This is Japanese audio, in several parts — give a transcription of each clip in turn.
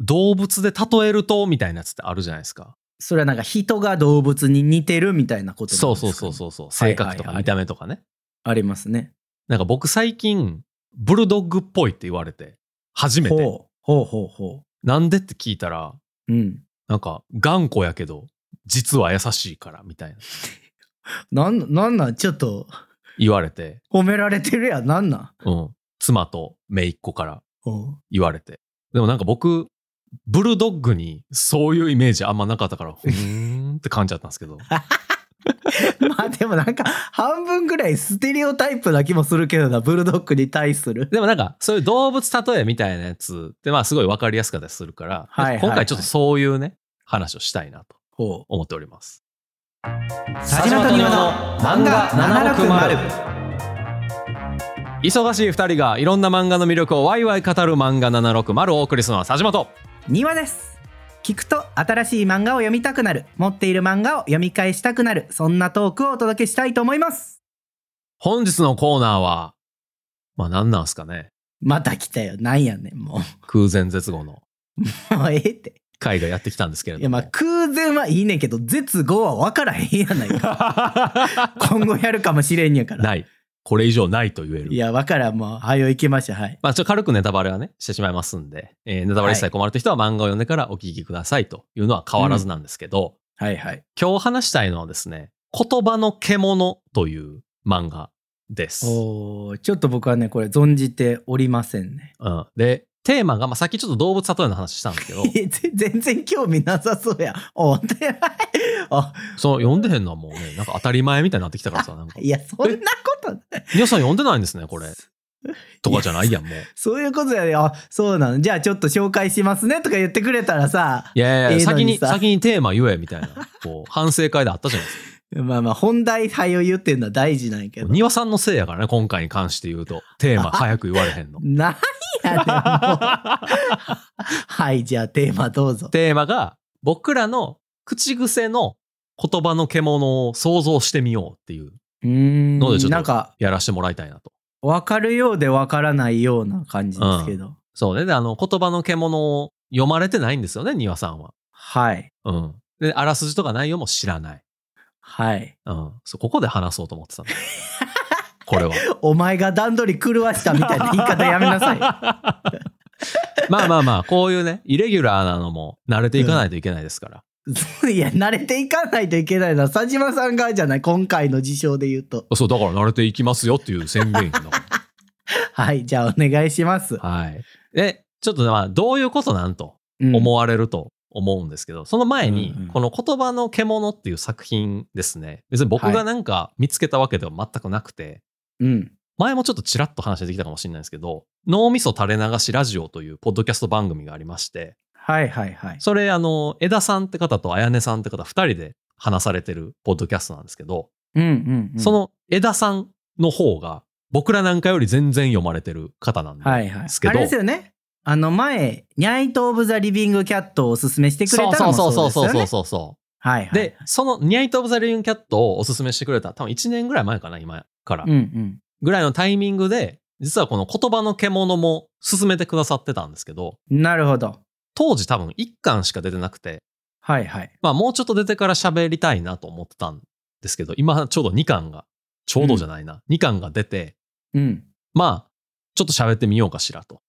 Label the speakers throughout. Speaker 1: 動物で例えるとみたいなやつってあるじゃないですか。
Speaker 2: それはなんか人が動物に似てるみたいなことなん
Speaker 1: そう
Speaker 2: ですか
Speaker 1: そ
Speaker 2: ね、
Speaker 1: うそうそうそう。
Speaker 2: はい
Speaker 1: 性
Speaker 2: はいは
Speaker 1: 格
Speaker 2: い
Speaker 1: とか見た目とかね。
Speaker 2: ありますね。
Speaker 1: なんか僕最近、ブルドッグっぽいって言われて、初めて。
Speaker 2: ほうほうほうほ
Speaker 1: なんでって聞いたら、
Speaker 2: う。うん。
Speaker 1: なんか頑固やけど、実は優しいからみたいな
Speaker 2: なん、なんなんちょっと
Speaker 1: 言われて、
Speaker 2: 褒められてるやん。なんなん
Speaker 1: うん。妻と姪っ子から
Speaker 2: おう
Speaker 1: 言われて。でもなんか僕、ブルドッグにそういうイメージあんまなかったから、ふーんって感じだったんですけど。
Speaker 2: まあでもなんか半分ぐらいステレオタイプな気もするけどな、ブルドッグに対する。
Speaker 1: でもなんか、そういう動物例えみたいなやつって、まあすごいわかりやすかったりするから、
Speaker 2: はいはいはい
Speaker 1: 今回ちょっとそういうね、話をしたいなと
Speaker 2: ほ
Speaker 1: 思っております。
Speaker 2: う。
Speaker 1: さじまとにわの漫画760忙しい二人がいろんな漫画の魅力をワイワイ語る漫画760をお送りするのは佐島と。
Speaker 2: 庭です。聞くと新しい漫画を読みたくなる。持っている漫画を読み返したくなる。そんなトークをお届けしたいと思います。
Speaker 1: 本日のコーナーは、まあ何なんすかね。
Speaker 2: また来たよ。なんやねん、も
Speaker 1: 空前絶後の
Speaker 2: う。もうええって。
Speaker 1: 回がやってきたんですけれ
Speaker 2: い
Speaker 1: ども。
Speaker 2: やまあ空前はいいねんけど、絶後は分からへんや ないか。今後やるかもしれんやから。
Speaker 1: ない。これ以上ないと言える。
Speaker 2: いや、分からん。もう、はよ行きましょう。はい。
Speaker 1: まあ、ちょっと軽くネタバレはね、してしまいますんで、えーネタバレ一切困るという人は漫画を読んでからお聞きくださいというのは変わらずなんですけど、
Speaker 2: はいはい。
Speaker 1: 今日話したいのはですね、言葉の獣という漫画です。
Speaker 2: おーちょっと僕はね、これ存じておりませんね。
Speaker 1: うん、で、テーマが、まあ、さっきちょっと動物例えの話したんですけど、
Speaker 2: いやぜ 全然興味なさそうや。お であ
Speaker 1: その読んでへんのはもうね、なんか当たり前みたいになってきたからさ、なん か、
Speaker 2: いや、そんなことない
Speaker 1: 皆さん読んでないんですね、これ。とかじゃない やん、もう。
Speaker 2: そういうことやで、あ、そうなの。じゃあちょっと紹介しますねとか言ってくれたらさ、
Speaker 1: いやいやい
Speaker 2: え
Speaker 1: や、
Speaker 2: えの
Speaker 1: 先
Speaker 2: に
Speaker 1: に、
Speaker 2: さ
Speaker 1: 先にテーマ言え、みたいな、こう、反省会であったじゃない ですか。
Speaker 2: まあまあ、本題配を言ってんのは大事なんやけど。。
Speaker 1: 庭さんのせいやからね、今回に関して言うと。テーマ早く言われへんの
Speaker 2: 何や ねん、もうはい、じゃあテーマどうぞ。
Speaker 1: テーマが、僕らの口癖の言葉の獣を想像してみようっていう、
Speaker 2: うーん
Speaker 1: どうでしょう
Speaker 2: なんか、
Speaker 1: やらしてもらいたいなと。
Speaker 2: わかるようでわからないような感じですけど。
Speaker 1: そうね。で、あの、言葉の獣を読まれてないんですよね、庭さんは。
Speaker 2: はい。
Speaker 1: うん。で、あらすじとか内容も知らない。
Speaker 2: はい。
Speaker 1: うん。そう、ここで話そうと思って たのこれは。
Speaker 2: お前が段取り狂わしたみたいな言い方やめなさい。
Speaker 1: まあまあまあ、こういうね、イレギュラーなのも慣れていかないといけないですから。
Speaker 2: いや、慣れていかないといけないのは、佐島さんがじゃない、今回の事象で言うと。
Speaker 1: そう、だから慣れていきますよっていう宣言だから
Speaker 2: はい、じゃあお願いします。
Speaker 1: はい。で、ちょっとねまあ、どういうことなんと
Speaker 2: うん
Speaker 1: 思われると思うんですけど、その前に
Speaker 2: うんうん、
Speaker 1: この言葉の獣っていう作品ですね。別に僕
Speaker 2: は
Speaker 1: が
Speaker 2: い
Speaker 1: なんか見つけたわけでは全くなくて、
Speaker 2: うん。
Speaker 1: 前もちょっとちらっと話出てきたかもしれないんですけど、脳みそ垂れ流しラジオというポッドキャスト番組がありまして、
Speaker 2: はいはいはい。
Speaker 1: それ、あの、江田さんって方と綾音さんって方、二人で話されてるポッドキャストなんですけど、
Speaker 2: うんうん、うん。
Speaker 1: そ、の江田さんの方が、僕らなんかより全然読まれてる方なんで、
Speaker 2: はいはい。
Speaker 1: すけど
Speaker 2: あれですよね。あの前、ニャイト・オブ・ザ・リビング・キャットをおすすめしてくれたのもそうですよ
Speaker 1: そ
Speaker 2: ね。
Speaker 1: うそうそうそうそうそう。
Speaker 2: はいはい。
Speaker 1: で、、そのニャイト・オブ・ザ・リューン・キャットをおすすめしてくれた、多分1年ぐらい前かな、今から
Speaker 2: うん。うん。
Speaker 1: ぐらいのタイミングで、実はこの言葉の獣も勧めてくださってたんですけど、
Speaker 2: なるほど。
Speaker 1: 当時多分1巻しか出てなくて、
Speaker 2: はいはい。
Speaker 1: まあもうちょっと出てから喋りたいなと思ってたんですけど、今ちょうど2巻が、ちょうどじゃないな、2巻が出て、
Speaker 2: うん。
Speaker 1: まあ、ちょっと喋ってみようかしらと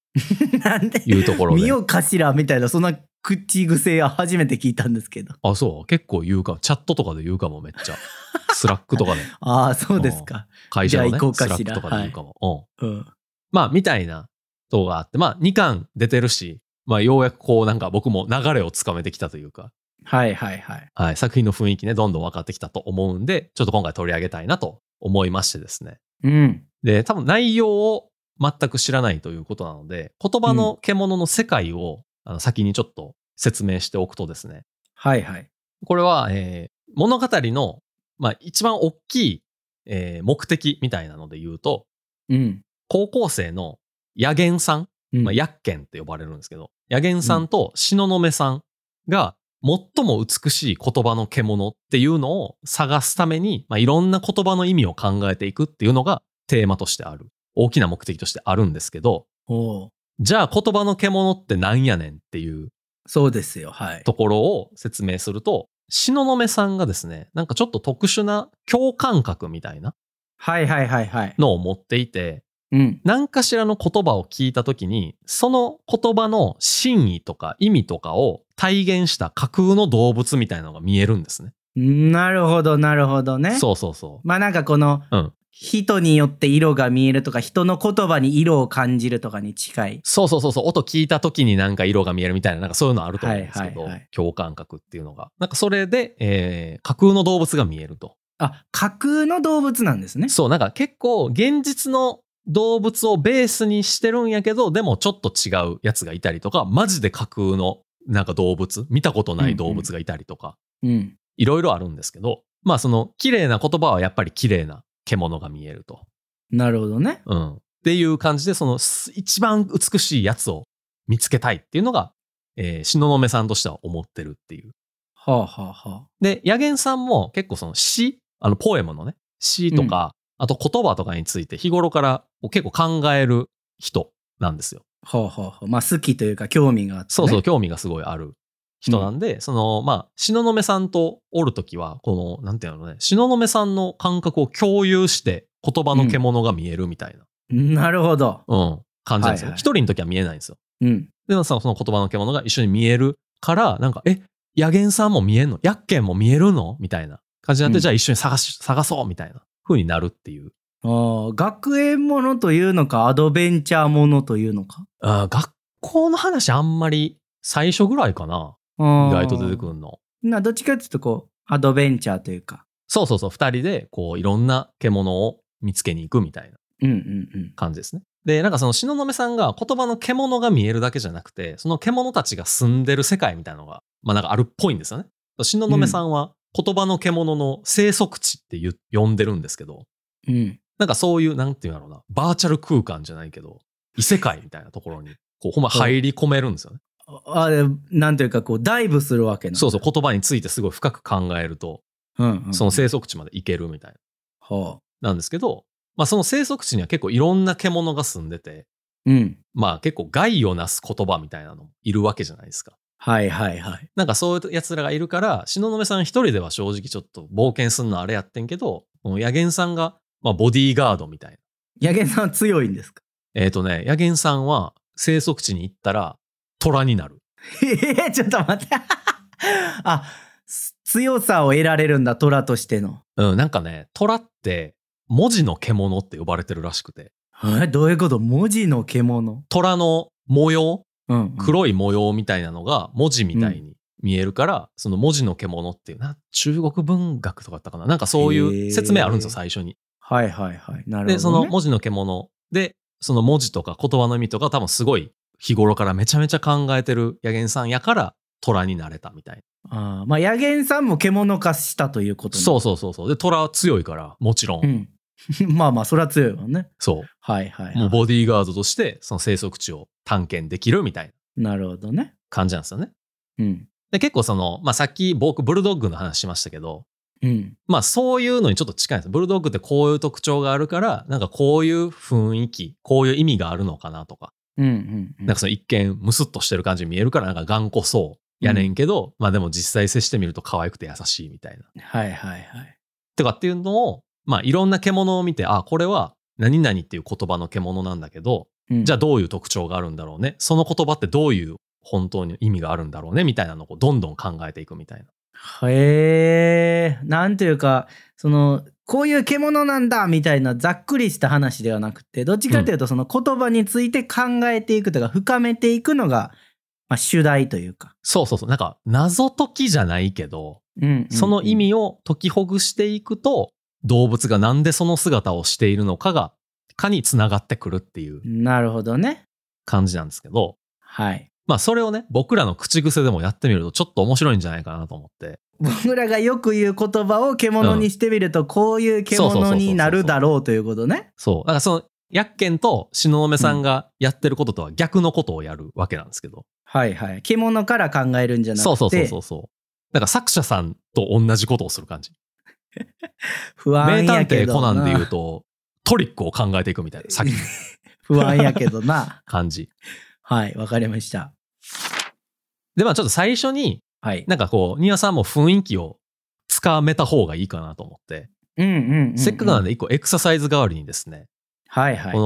Speaker 2: なんで、
Speaker 1: いうところ
Speaker 2: 見
Speaker 1: で。
Speaker 2: ようかしらみたいな、そんな口癖は初めて聞いたんですけど。
Speaker 1: あ、そう、結構言うか、チャットとかで言うかも、めっちゃ。スラックとかで、
Speaker 2: ああ、そうですか。
Speaker 1: 会社の
Speaker 2: じ
Speaker 1: ね
Speaker 2: ゃあ行こう、か
Speaker 1: ス
Speaker 2: しら
Speaker 1: ラックとかで言うかも。うん
Speaker 2: うん。
Speaker 1: まあ、みたいな動画があって、まあ、2巻出てるし、まあ、ようやくこう、なんか僕も流れをつかめてきたというか、
Speaker 2: はいはいはい。
Speaker 1: はい、作品の雰囲気ね、どんどん分かってきたと思うんで、ちょっと今回取り上げたいなと思いましてですね。
Speaker 2: うん。
Speaker 1: で、多分内容を全く知らないということなので、言葉の獣の世界を、あの先にちょっと説明しておくとですね、
Speaker 2: はいはい。
Speaker 1: これは、えー物語の、まあ、一番大きい、えー目的みたいなので言うと、
Speaker 2: うん。
Speaker 1: 高校生の野源さんまあ、ヤッケンって呼ばれるんですけど、ヤゲンさんと東雲さんが最も美しい言葉の獣っていうのを探すために、まあ、いろんな言葉の意味を考えていくっていうのがテーマとしてある。大きな目的としてあるんですけど、
Speaker 2: おう
Speaker 1: じゃあ言葉の獣ってなんやねんっていう
Speaker 2: そうですよ。はい。
Speaker 1: ところを説明すると、東雲さんがですね、なんかちょっと特殊な共感覚みたいな
Speaker 2: はいはいはいはい。
Speaker 1: のを持っていて、
Speaker 2: うん。
Speaker 1: 何かしらの言葉を聞いたときに、その言葉の真意とか意味とかを体現した架空の動物みたいなのが見えるんですね。
Speaker 2: なるほどなるほどね。
Speaker 1: そうそうそう。
Speaker 2: まあなんかこの、
Speaker 1: うん
Speaker 2: 人によって色が見えるとか人の言葉に色を感じるとかに近い。
Speaker 1: そうそうそうそう、音聞いた時になんか色が見えるみたいな、なんかそういうのあると思うんですけど、
Speaker 2: はいはいはい
Speaker 1: 共感覚っていうのが。なんかそれで、えー架空の動物が見えると。
Speaker 2: あ架空の動物なんですね。
Speaker 1: そう、なんか結構現実の動物をベースにしてるんやけど、でもちょっと違うやつがいたりとか、マジで架空のなんか動物、見たことない動物がいたりとか、
Speaker 2: うん。
Speaker 1: いろいろあるんですけど、まあその綺麗な言葉はやっぱり綺麗な獣が見えると。
Speaker 2: なるほどね。
Speaker 1: うん。っていう感じで、そのす一番美しいやつを見つけたいっていうのが、えー、東雲さんとしては思ってるっていう。
Speaker 2: はあはあはあ。
Speaker 1: で、野源さんも結構その詩、あの、ポエムのね、詩とか、あと言葉とかについて日頃からこう結構考える人なんですよ。
Speaker 2: はあはあはあ。まあ好きというか興味があって、ね。
Speaker 1: そうそう、興味がすごいある人なんで、その、まあ、東雲さんとおるときは、この、なんていうのね、東雲さんの感覚を共有して言葉の獣が見えるみたいな、
Speaker 2: なるほど。
Speaker 1: うん、感じなんです
Speaker 2: は
Speaker 1: よ。
Speaker 2: いはい
Speaker 1: 一、人のときは見えないんですよ。
Speaker 2: うん。
Speaker 1: で、そのその言葉の獣が一緒に見えるから、なんか、え、野源さんも見えんのやっけんも見えるのみたいな感じになって、
Speaker 2: うん
Speaker 1: じゃあ一緒に探し、探そうみたいな風になるっていう。
Speaker 2: ああ、学園ものというのか、アドベンチャーものというのか。
Speaker 1: あー学校の話あんまり最初ぐらいかな。
Speaker 2: 意
Speaker 1: 意外と出てくるの。
Speaker 2: な、どっちかっていうとこう、アドベンチャーというか。
Speaker 1: そうそうそう、二人でこういろんな獣を見つけに行くみたいな
Speaker 2: うんうんうん。
Speaker 1: 感じですね。で、なんかその東雲さんが言葉の獣が見えるだけじゃなくて、その獣たちが住んでる世界みたいなのが、まあなんかあるっぽいんですよね。東雲さんは言葉の獣の生息地って言う呼んでるんですけど、
Speaker 2: うん。
Speaker 1: なんかそういう、なんていうんだろうな、バーチャル空間じゃないけど、異世界みたいなところに、こう、ほんま入り込めるんですよね。
Speaker 2: ああ、なんというかこう、ダイブするわけな。
Speaker 1: そううそう、言葉についてすごい深く考えると、
Speaker 2: うん、うん。
Speaker 1: その生息地まで行けるみたいな。
Speaker 2: はあ。
Speaker 1: なんですけど、まあその生息地には結構いろんな獣が住んでて、
Speaker 2: うん。
Speaker 1: まあ結構害をなす言葉みたいなのもいるわけじゃないですか。
Speaker 2: はいはいはい。
Speaker 1: なんかそういう奴らがいるから、東雲さん一人では正直ちょっと冒険すんのあれやってんけど、この野源さんが、まあ、ボディーガードみたいな。
Speaker 2: ヤゲさんは強いんですか
Speaker 1: えっ、とね、野源さんは生息地に行ったら虎になる。
Speaker 2: ええちょっと待って。 あ、す強さを得られるんだ、虎としての。
Speaker 1: うん、なんかね、虎って文字の獣って呼ばれてるらしくて、
Speaker 2: えどういうこと文字の獣。
Speaker 1: 虎の模様、
Speaker 2: うん、うん。
Speaker 1: 黒い模様みたいなのが文字みたいに見えるから、その文字の獣っていうな中国文学とかだったかななんかそういう説明あるんですよ
Speaker 2: へー
Speaker 1: 最初に。
Speaker 2: はいはいはい。なるほど、ね。
Speaker 1: でその文字の獣でその文字とか言葉の意味とか多分すごい日頃からめちゃめちゃ考えてる野源さんやから虎になれたみたい
Speaker 2: あーまあ、ヤゲさんも獣化したということ
Speaker 1: な。
Speaker 2: ね
Speaker 1: そうそうそうそう。で虎は強いからもちろん、
Speaker 2: うん。 まあまあ、それは強いわね。
Speaker 1: そ
Speaker 2: はいはいう
Speaker 1: もう
Speaker 2: は。
Speaker 1: ボディーガードとしてその生息地を探検できるみたいない
Speaker 2: なるほどね。
Speaker 1: 感じなんですよね。
Speaker 2: うん。
Speaker 1: で結構その、まあ、さっき僕ブルドッグの話しましたけど
Speaker 2: うん。
Speaker 1: まあそういうのにちょっと近いんです。ブルドッグってこういう特徴があるから、なんかこういう雰囲気、こういう意味があるのかなとか、
Speaker 2: うんうんうん。
Speaker 1: なんかその一見ムスッとしてる感じに見えるから、なんか頑固そうやねんけど、まあでも実際接してみると可愛くて優しいみたいな。
Speaker 2: はいはいはい。
Speaker 1: とかっていうのを、まあいろんな獣を見て、あ、これは何々っていう言葉の獣なんだけど、
Speaker 2: うん
Speaker 1: じゃあどういう特徴があるんだろうね。その言葉ってどういう本当に意味があるんだろうね、みたいなのをこうどんどん考えていくみたいな。
Speaker 2: へえ、なんというか、その、こういう獣なんだみたいなざっくりした話ではなくて、どっちかというとその言葉について考えていくとか、深めていくのが、まあ、主題というか。
Speaker 1: そうそうそう。なんか謎解きじゃないけど、
Speaker 2: うんうんうん
Speaker 1: その意。味を解きほぐしていくと、動物がなんでその姿をしているのかが、かにつながってくるっていう
Speaker 2: なるほどね。
Speaker 1: 感じなんですけど、
Speaker 2: はい。
Speaker 1: まあそれをね、僕らの口癖でもやってみるとちょっと面白いんじゃないかなと思って。
Speaker 2: 僕らがよく言う言葉を獣にしてみると、こういう獣になるだろうということね。
Speaker 1: そう。だからその、ヤッケンと東雲さんがやってることとは逆のことをやるわけなんですけど。
Speaker 2: はいはい。獣から考えるんじゃなくて、
Speaker 1: そうそうそうそうそう。なんか作者さんと同じことをする感じ。
Speaker 2: 不
Speaker 1: 名
Speaker 2: 安
Speaker 1: 探
Speaker 2: やけ
Speaker 1: 偵
Speaker 2: ど
Speaker 1: コナンで言う
Speaker 2: な。
Speaker 1: と、トリックを考えていくみたいな、 さっきの
Speaker 2: 不安やけどな。
Speaker 1: 感じ。
Speaker 2: はい、わかりました。
Speaker 1: で、まあちょっと最初に、
Speaker 2: はい。
Speaker 1: なんかこう、ニアさんも雰囲気をつかめた方がいいかなと思って、
Speaker 2: うんうんうんうん
Speaker 1: せっかくなんで一個エクササイズ代わりにですね、
Speaker 2: はいはい。
Speaker 1: こ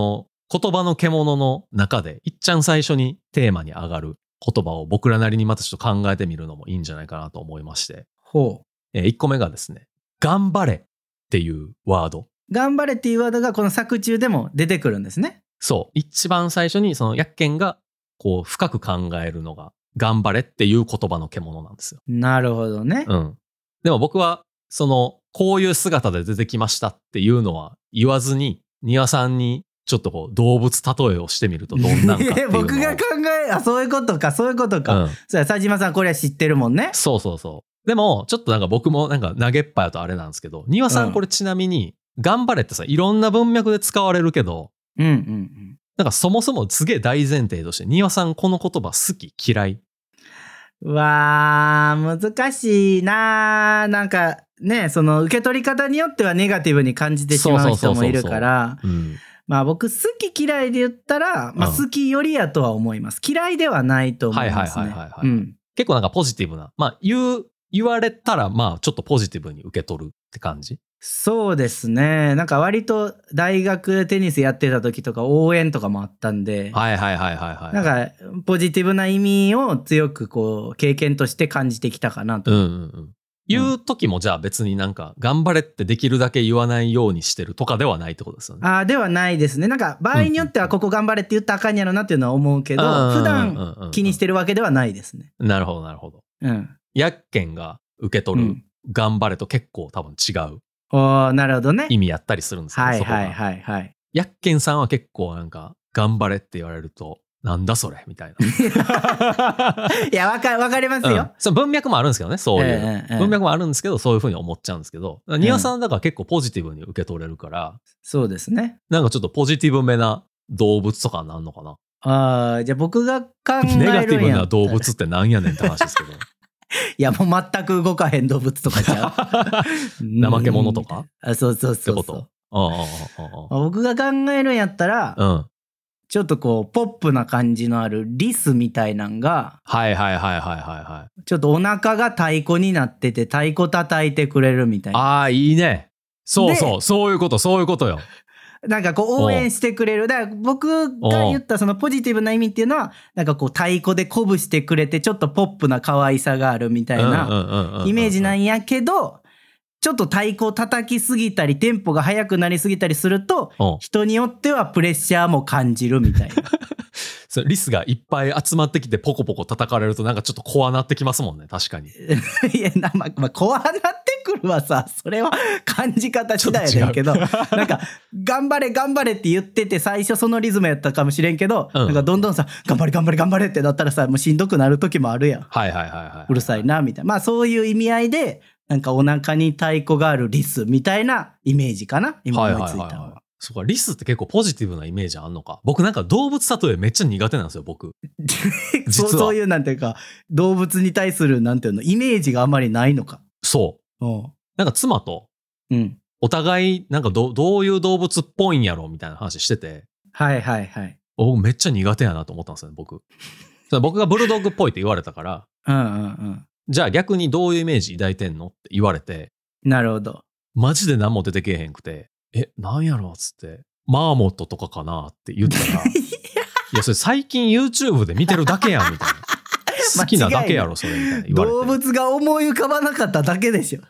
Speaker 1: の言葉の獣の中で、いっちゃん最初にテーマに上がる言葉を僕らなりにまたちょっと考えてみるのもいいんじゃないかなと思いまして、
Speaker 2: ほう。
Speaker 1: え1個目がですね、頑張れっていうワード。
Speaker 2: 頑張れっていうワードがこの作中でも出てくるんですね。
Speaker 1: そう、一番最初にそのやっけんがこう深く考えるのが、頑張れっていう言葉の獣なんですよ。
Speaker 2: なるほどね。
Speaker 1: うん。でも僕は、その、こういう姿で出てきましたっていうのは言わずに、庭さんにちょっとこう動物例えをしてみるとどんなんかっていうのを
Speaker 2: 僕が考 え、あ、そういうことか、そういうことか。
Speaker 1: うん
Speaker 2: そうや、佐島さん、これは知ってるもんね。
Speaker 1: そうそうそう。でも、ちょっとなんか僕もなんか投げっぱやとあれなんですけど、庭さ
Speaker 2: うんん
Speaker 1: これちなみに、頑張れってさ、いろんな文脈で使われるけど、
Speaker 2: うんうんうん。
Speaker 1: なんかそもそもすげえ大前提として、庭さんこの言葉好き嫌いう
Speaker 2: わー、難しいなー。なんか、ね、その受け取り方によってはネガティブに感じてしまう人もいるから、
Speaker 1: うん。
Speaker 2: まあ僕、好き嫌いで言ったら、まあ
Speaker 1: うん
Speaker 2: 好きよりやとは思います。嫌いではないと思います
Speaker 1: はい
Speaker 2: ね
Speaker 1: はいはいは。
Speaker 2: う
Speaker 1: いはい
Speaker 2: ん。
Speaker 1: 結構なんかポジティブな。まあ言う、言われたらまあちょっとポジティブに受け取るって感じ。
Speaker 2: そうですね。なんか割と大学テニスやってた時とか応援とかもあったんで、
Speaker 1: はいはいはいはいはい。
Speaker 2: なんかポジティブな意味を強くこう経験として感じてきたかなと。
Speaker 1: うんうんうん。言う時もじゃあ別になんか、頑張れってできるだけ言わないようにしてるとかではないってことですよね。
Speaker 2: あーではないですね。なんか場合によってはここ頑張れって言ったらあかんやろなっていうのは思うけど、普段
Speaker 1: 段。
Speaker 2: 気にしててるわけではないですね。
Speaker 1: なるほどなるほど。
Speaker 2: うん。
Speaker 1: ヤッケンが受け
Speaker 2: う
Speaker 1: 取る
Speaker 2: ん、
Speaker 1: 頑張れと結構多分違う
Speaker 2: おーなるほどね。
Speaker 1: 意味やったりするんですよね
Speaker 2: はい
Speaker 1: そこ
Speaker 2: はい
Speaker 1: が。
Speaker 2: はいはい。
Speaker 1: ヤッケンさんは結構なんか、頑張れって言われると、なんだそれみたい な。
Speaker 2: いや、わかわかります
Speaker 1: うん
Speaker 2: よ。、
Speaker 1: その文脈もあるんですけどね、そういうの。
Speaker 2: ええええ
Speaker 1: 文脈もあるんですけど、そういうふうに思っちゃうんですけど、ニワさんだから結構ポジティブに受け取れるから、
Speaker 2: そうですね。
Speaker 1: なんかちょっとポジティブめな動物とかなんのかな。
Speaker 2: ああ、じゃあ僕が考えるん
Speaker 1: ネ
Speaker 2: やったら
Speaker 1: ガティブな動物ってなんやねんって話ですけど。
Speaker 2: いや、もう全く動かへん動物とか じゃう。
Speaker 1: 怠け者とかっ
Speaker 2: うん。あそうそう
Speaker 1: て
Speaker 2: そうそ
Speaker 1: こ
Speaker 2: う。
Speaker 1: とああああああ
Speaker 2: まあ僕が考えるんやったら、
Speaker 1: うん。
Speaker 2: ちょっとこう、ポップな感じのあるリスみたいなんが、
Speaker 1: はいはいはいはいはいは
Speaker 2: ちょっとお腹が太鼓になってて、太鼓叩いてくれるみた
Speaker 1: い。
Speaker 2: いな。
Speaker 1: ああ、いいね。そうそ
Speaker 2: で
Speaker 1: う、そういうこと、そういうことよ。
Speaker 2: なんかこう、応援してくれる。だから僕が言ったそのポジティブな意味っていうのは、なんかこう、太鼓で鼓舞してくれて、ちょっとポップな可愛さがあるみたいな。イメージなんんやけど、ちょっと太鼓叩きすぎたり、テンポが速くなりすぎたりすると、
Speaker 1: うん
Speaker 2: 人によってはプレッシャーも感じるみたいな。
Speaker 1: そうリスがいっぱい集まってきてポコポコ叩かれるとなんかちょっと怖なってきますもんね確かに
Speaker 2: いや、なまあ、まあ、怖なってくるはさ、それは感じ方
Speaker 1: ちょ
Speaker 2: 次
Speaker 1: っと
Speaker 2: 第やねんけど、
Speaker 1: 違う
Speaker 2: なんか、頑張れ頑張れって言ってて、最初そのリズムやったかもしれんけど、
Speaker 1: うん
Speaker 2: なんかどんどんさ、頑張れ頑張れ頑張れってなったらさ、もうしんどくなる時もあるやん。
Speaker 1: はいはいはいはいう
Speaker 2: るさいな、みたいな。まあ、そういう意味合いで、なんかお腹に太鼓があるリスみたいなイメージかな今思いついたのは。
Speaker 1: そうか、リスって結構ポジティブなイメージあんのか。僕なんか動物例えめっちゃ苦手なんですよ、僕。実
Speaker 2: そう
Speaker 1: は
Speaker 2: そういうなんていうか動物に対するなんていうのイメージがあまりないのか。
Speaker 1: そう。
Speaker 2: うん
Speaker 1: なんか妻と、
Speaker 2: うん。
Speaker 1: お互い、なんかどどういう動物っぽいんやろみたいな話してて、
Speaker 2: はいはいはい。
Speaker 1: おめっちゃ苦手やなと思ったんですよね、僕。それ僕がブルドッグっぽいって言われたから、
Speaker 2: うんうんうん。
Speaker 1: じゃあ逆にどういうイメージ抱いてんのって言われて、
Speaker 2: なるほど。
Speaker 1: マジで何も出てけえへんくて、え、なんやろっつって、マーモットとかかなって言った ら、いや、それ最近 YouTube で見てるだけやん、みたい な。好きなだけやろ、それ、みたいな言われて。
Speaker 2: 動物が思い浮かばなかっただけでしょ。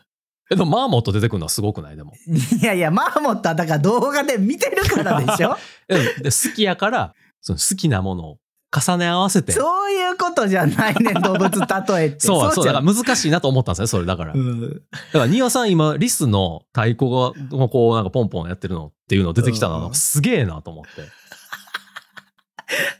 Speaker 1: え、でもマーモット出てくるのはすごくないでも。
Speaker 2: いやいやマーモットはだから動画で見てるから でしょ。
Speaker 1: えで好きやから、その好きなものを重ね合わせて。う
Speaker 2: そういうことじゃないねん動物例えって。
Speaker 1: そうそう
Speaker 2: じ
Speaker 1: だ
Speaker 2: ゃ
Speaker 1: から難しいなと思ったんですね、それだから。
Speaker 2: う
Speaker 1: だ
Speaker 2: ん
Speaker 1: から、庭さん今、リスの太鼓が、こう、なんかポンポンやってるのっていうの出てきたのは、なんかすげえなと思って。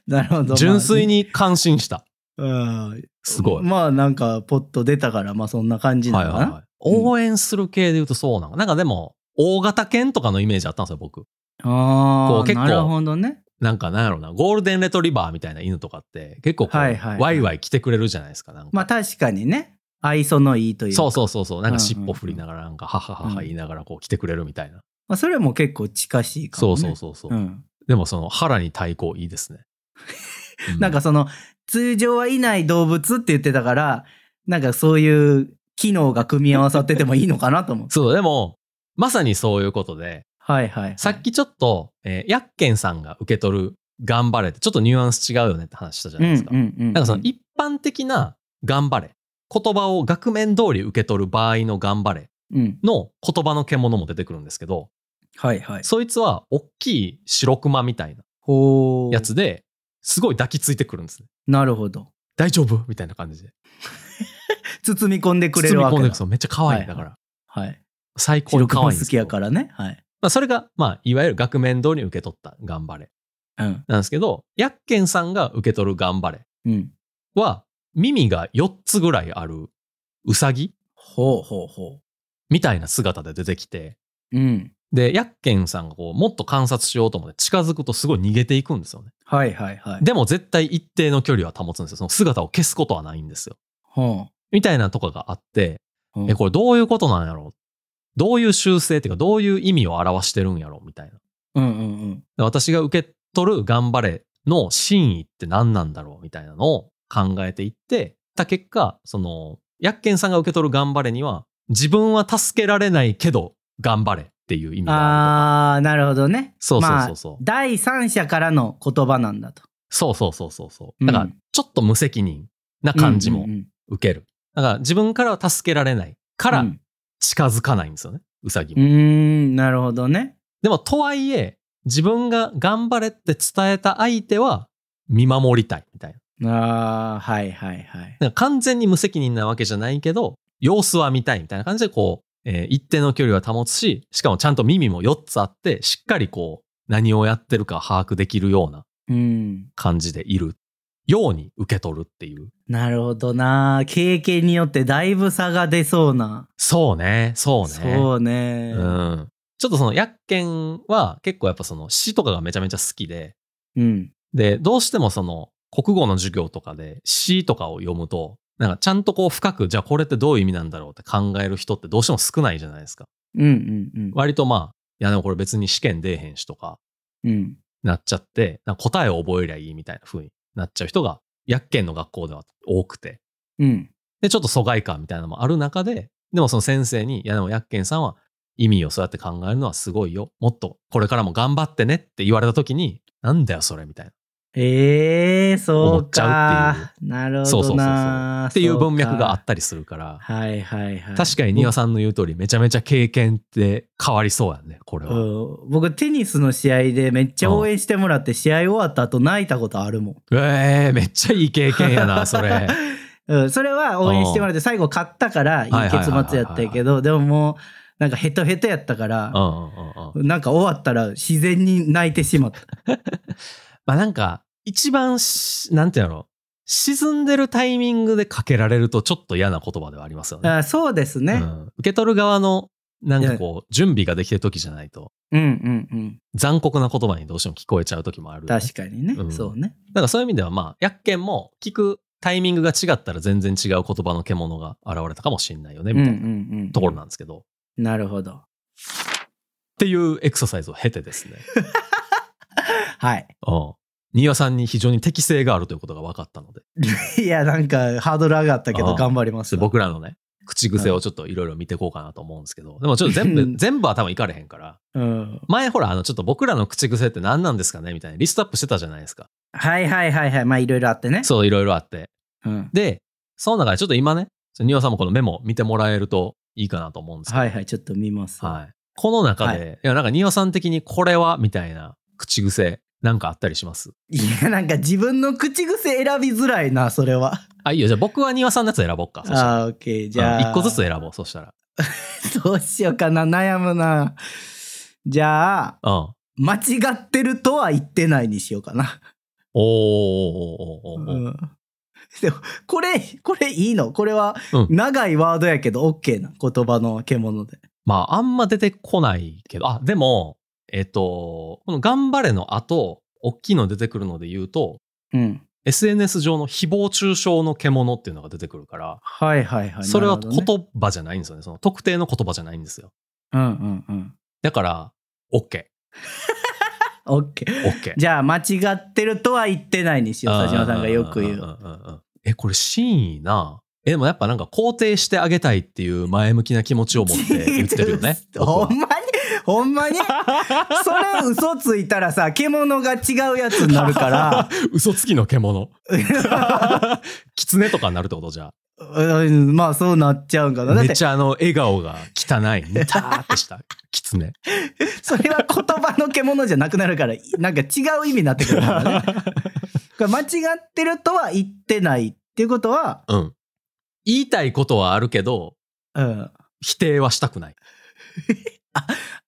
Speaker 2: なるほど。
Speaker 1: 純粋に感心した。
Speaker 2: まあ。うん。
Speaker 1: すごい。
Speaker 2: まあなんかポッと出たからまあそんな感じ
Speaker 1: は
Speaker 2: ないのか
Speaker 1: はい
Speaker 2: な。
Speaker 1: はい。応援する系で言うとそうなの。なんかでも、大型犬とかのイメージあったんですよ、僕。こ
Speaker 2: あ
Speaker 1: う
Speaker 2: あ
Speaker 1: 結構
Speaker 2: なるほどね。
Speaker 1: なんかなんやろな、ゴールデンレトリバーみたいな犬とかって、結構こう、
Speaker 2: はいはいはい
Speaker 1: ワイワイ来てくれるじゃないですか。なんか
Speaker 2: まあ確かにね愛想のいいというか
Speaker 1: そうそうそうそう。なん
Speaker 2: うんうんうん
Speaker 1: か尻尾振りながら、なんか、はははは言いながら、こう来てくれるみたいな。
Speaker 2: まあ、それも結構近しいか
Speaker 1: そ
Speaker 2: も、
Speaker 1: う
Speaker 2: ね、
Speaker 1: そうそうそう
Speaker 2: う、ん、
Speaker 1: でもその腹に太鼓いいですね。
Speaker 2: なんかその、通常はいない動物って言ってたから、なんかそういう機能が組み合わさっててもいいのかなと思って。
Speaker 1: そう、でも、まさにそういうことで、
Speaker 2: はいはいはい。
Speaker 1: さっきちょっと、えー、ヤッケンさんが受け取る頑張れって、ちょっとニュアンス違うよねって話したじゃ
Speaker 2: う
Speaker 1: ない
Speaker 2: ん
Speaker 1: です
Speaker 2: う
Speaker 1: か。
Speaker 2: んうん。
Speaker 1: なんかその一般的な頑張れ、言葉を額面通り受け取る場合の頑張れ
Speaker 2: うん。
Speaker 1: の言葉の獣も出てくるんですけど、
Speaker 2: はいはい。
Speaker 1: そいつは大きい白熊みたいな
Speaker 2: ほう。
Speaker 1: やつで、すごい抱きついてくるんですね。
Speaker 2: なるほど。
Speaker 1: 大丈夫みたいな感じで。
Speaker 2: 包み込んでくれ
Speaker 1: 包
Speaker 2: る
Speaker 1: み
Speaker 2: わけ
Speaker 1: 込ん
Speaker 2: だ
Speaker 1: でくそうめっちゃ可愛い。だから、
Speaker 2: はい。
Speaker 1: 最高
Speaker 2: 白
Speaker 1: に可
Speaker 2: 熊
Speaker 1: 愛いんで
Speaker 2: 好
Speaker 1: す
Speaker 2: き
Speaker 1: けど
Speaker 2: やからね。はい。
Speaker 1: まあ、それが、まあ、いわゆる額面通りに受け取った頑張れ
Speaker 2: うん。
Speaker 1: なんですけど、ヤッケンさんが受け取る頑張れ
Speaker 2: うん。
Speaker 1: は、耳が4つぐらいあるウサギ
Speaker 2: ほうほうほ
Speaker 1: みたいな姿で出てきて、
Speaker 2: う。うん。
Speaker 1: で、ヤッケンさんがこう、もっと観察しようと思って近づくとすごい逃げていくんですよね。
Speaker 2: はいはいはい。
Speaker 1: でも絶対一定の距離は保つんですよ。その姿を消すことはないんですよ。
Speaker 2: ほ
Speaker 1: みたいなとかがあって、
Speaker 2: う。うん
Speaker 1: え、これどういうことなんやろうどういう修正っていうか、どういう意味を表してるんやろうみたいな。で
Speaker 2: うんうんうん。
Speaker 1: 私が受け取る頑張れの真意って何なんだろうみたいなのを考えていって、た結果、その、ヤッケンさんが受け取る頑張れには、自分は助けられないけど、頑張れっていう意味があるとか。
Speaker 2: あー、なるほどね。
Speaker 1: そうそうそうそう
Speaker 2: まあ第三者からの言葉なんだと。
Speaker 1: そうそうそうそうそうう。
Speaker 2: ん
Speaker 1: だから、ちょっと無責任な感じも
Speaker 2: うんうん
Speaker 1: 受ける。だから、自分からは助けられないか
Speaker 2: う
Speaker 1: ら
Speaker 2: ん
Speaker 1: 近づかないんですよね、うさぎ
Speaker 2: う
Speaker 1: も。
Speaker 2: ーん、なるほどね。
Speaker 1: でも、とはいえ、自分が頑張れって伝えた相手は見守りたいみたいな。
Speaker 2: あー、はいはいはい。
Speaker 1: だから完全に無責任なわけじゃないけど、様子は見たいみたいな感じで、こう、えー一定の距離は保つし、しかもちゃんと耳も4つあって、しっかりこう、何をやってるか把握できるような
Speaker 2: うん。
Speaker 1: 感じでいるように受け取るっていう。
Speaker 2: なるほどな。経験によってだいぶ差が出そうな。
Speaker 1: そうね、そうね。
Speaker 2: そうね。
Speaker 1: うん。ちょっとその、ヤッケンは結構やっぱその詩とかがめちゃめちゃ好きで、
Speaker 2: うん。
Speaker 1: で、どうしてもその、国語の授業とかで詩とかを読むと、なんかちゃんとこう深く、じゃあこれってどういう意味なんだろうって考える人ってどうしても少ないじゃないですか。
Speaker 2: うんうんうん。
Speaker 1: 割とまあ、いやでもこれ別に試験出えへんしとか
Speaker 2: うん。
Speaker 1: なっちゃって、なんか答えを覚えりゃいいみたいな風になっちゃう人が、ヤッケンの学校では多くて。
Speaker 2: うん。
Speaker 1: で、ちょっと疎外感みたいなのもある中で、でもその先生に、いやでもヤッケンさんは意味をそうやって考えるのはすごいよ。もっとこれからも頑張ってねって言われた時に、なんだよそれみたいな。
Speaker 2: ええー、そ
Speaker 1: 思
Speaker 2: う
Speaker 1: っちゃうっていう
Speaker 2: か。なる
Speaker 1: そう
Speaker 2: ほ
Speaker 1: そうそうそ
Speaker 2: ど
Speaker 1: う
Speaker 2: な。
Speaker 1: っていう文脈があ
Speaker 2: そう
Speaker 1: ったりするから
Speaker 2: か。、はいはいはい。
Speaker 1: 確かに丹羽さんの言う通り、めちゃめちゃ経験って変わりそうやんね、これは。
Speaker 2: うん、僕テニスの試合でめっちゃ応援してもらって試合終わった後泣いたことあるもん、
Speaker 1: えー、めっちゃいい経験やな、そ れ。
Speaker 2: うん、それは応援してもらって最後勝ったからいい
Speaker 1: はいはいはい
Speaker 2: 結
Speaker 1: はい
Speaker 2: 末やったんやけどでももうなんかヘトヘトやったから
Speaker 1: うんうんうんうん。
Speaker 2: なんか終わったら自然に泣いてしまった
Speaker 1: まあなんか、一番し、なんていうの沈んでるタイミングでかけられるとちょっと嫌な言葉ではありますよね。
Speaker 2: あそうですね、
Speaker 1: うん受け取る側の、なんかこう、準備ができてる時じゃないと、
Speaker 2: うん、うんうん
Speaker 1: 残酷な言葉にどうしても聞こえちゃう時もある、
Speaker 2: 確かにね、
Speaker 1: うん
Speaker 2: そうね
Speaker 1: だからそういう意味ではまあ、薬研も聞くタイミングが違ったら全然違う言葉の獣が現れたかもしれないよね、
Speaker 2: うんう
Speaker 1: み
Speaker 2: ん
Speaker 1: たいな
Speaker 2: うん
Speaker 1: ところなんですけど。っ
Speaker 2: なるほど
Speaker 1: ていうエクササイズを経てです ね。
Speaker 2: はい
Speaker 1: うん。新さんに非常に適性があるということが分かったので、
Speaker 2: いやなんかハードル上がったけ
Speaker 1: あ
Speaker 2: ど
Speaker 1: ー
Speaker 2: 頑張ります
Speaker 1: そう僕らのね、口癖をちょっといろいろ見ていこうかなと思うんですけど、でもちょっと全
Speaker 2: う
Speaker 1: 部、
Speaker 2: ん
Speaker 1: 全部は多分いかれへんから、
Speaker 2: うん、
Speaker 1: 前ほら、あの、ちょっと僕らの口癖って何なんですかねみたいなリストアップしてたじゃないですか。
Speaker 2: はいはいはいはいまあいろいろあってね
Speaker 1: そう、いろいろあって。
Speaker 2: うん、
Speaker 1: で、その中でちょっと今ね、ニオさんもこのメモ見てもらえるといいかなと思うんですけど、
Speaker 2: はいはいちょっと見ます
Speaker 1: はいこの中で、、
Speaker 2: はい
Speaker 1: や、なんかニオさん的にこれはみたいな口癖、なんかあったりします
Speaker 2: いや、なんか自分の口癖選びづらいな、それは。
Speaker 1: あ、いいよ。じゃあ僕はニオさんのやつ選ぼうか。そしたら
Speaker 2: あー、オッケー。じゃあ。
Speaker 1: うん一個ずつ選ぼう。そしたら。
Speaker 2: どうしようかな、悩むな。じゃあ、
Speaker 1: うん。おー
Speaker 2: 間違ってるとは言ってないにしようかな。
Speaker 1: おーおーおーお
Speaker 2: う
Speaker 1: ーおー
Speaker 2: ん。 でも、これ、これいいのこれは
Speaker 1: うん、
Speaker 2: 長いワードやけど、オッケーな言葉の獣で。
Speaker 1: まあ、あんま出てこないけど、あ、でも、えっと、この頑張れの後、大きいの出てくるので言うと、
Speaker 2: うん。
Speaker 1: SNS 上の誹謗中傷の獣っていうのが出てくるから、
Speaker 2: はいはいはい。
Speaker 1: それは
Speaker 2: なるほどね
Speaker 1: 言葉じゃないんですよね。その特定の言葉じゃないんですよ。
Speaker 2: うんうんうん。
Speaker 1: だから、OK。
Speaker 2: オッケー。
Speaker 1: OK。
Speaker 2: じゃあ、間違ってるとは言ってないにしよう。
Speaker 1: あー
Speaker 2: 佐島さんがよく言
Speaker 1: ん
Speaker 2: う。。
Speaker 1: んんうんえ、これ真意な。え、でもやっぱなんか肯定してあげたいっていう前向きな気持ちを持って言ってるよね
Speaker 2: ほ
Speaker 1: 僕
Speaker 2: んまにほんまにそれ嘘ついたらさ、獣が違うやつになるから
Speaker 1: は 嘘つきの 獣。 狐とかになるってことじゃ
Speaker 2: うん、まあそうなっちゃうんか
Speaker 1: あ。
Speaker 2: な。だっ
Speaker 1: め
Speaker 2: て
Speaker 1: っ、ちゃあの、笑顔が汚い。ニターってした 狐。
Speaker 2: それは言葉の獣じゃなくなるから、なんか違う意味になってくるから ね。これ間違ってるとは言ってないっていうことは、
Speaker 1: うん。言いたいことはあるけど、
Speaker 2: うん、
Speaker 1: 否定はしたくない。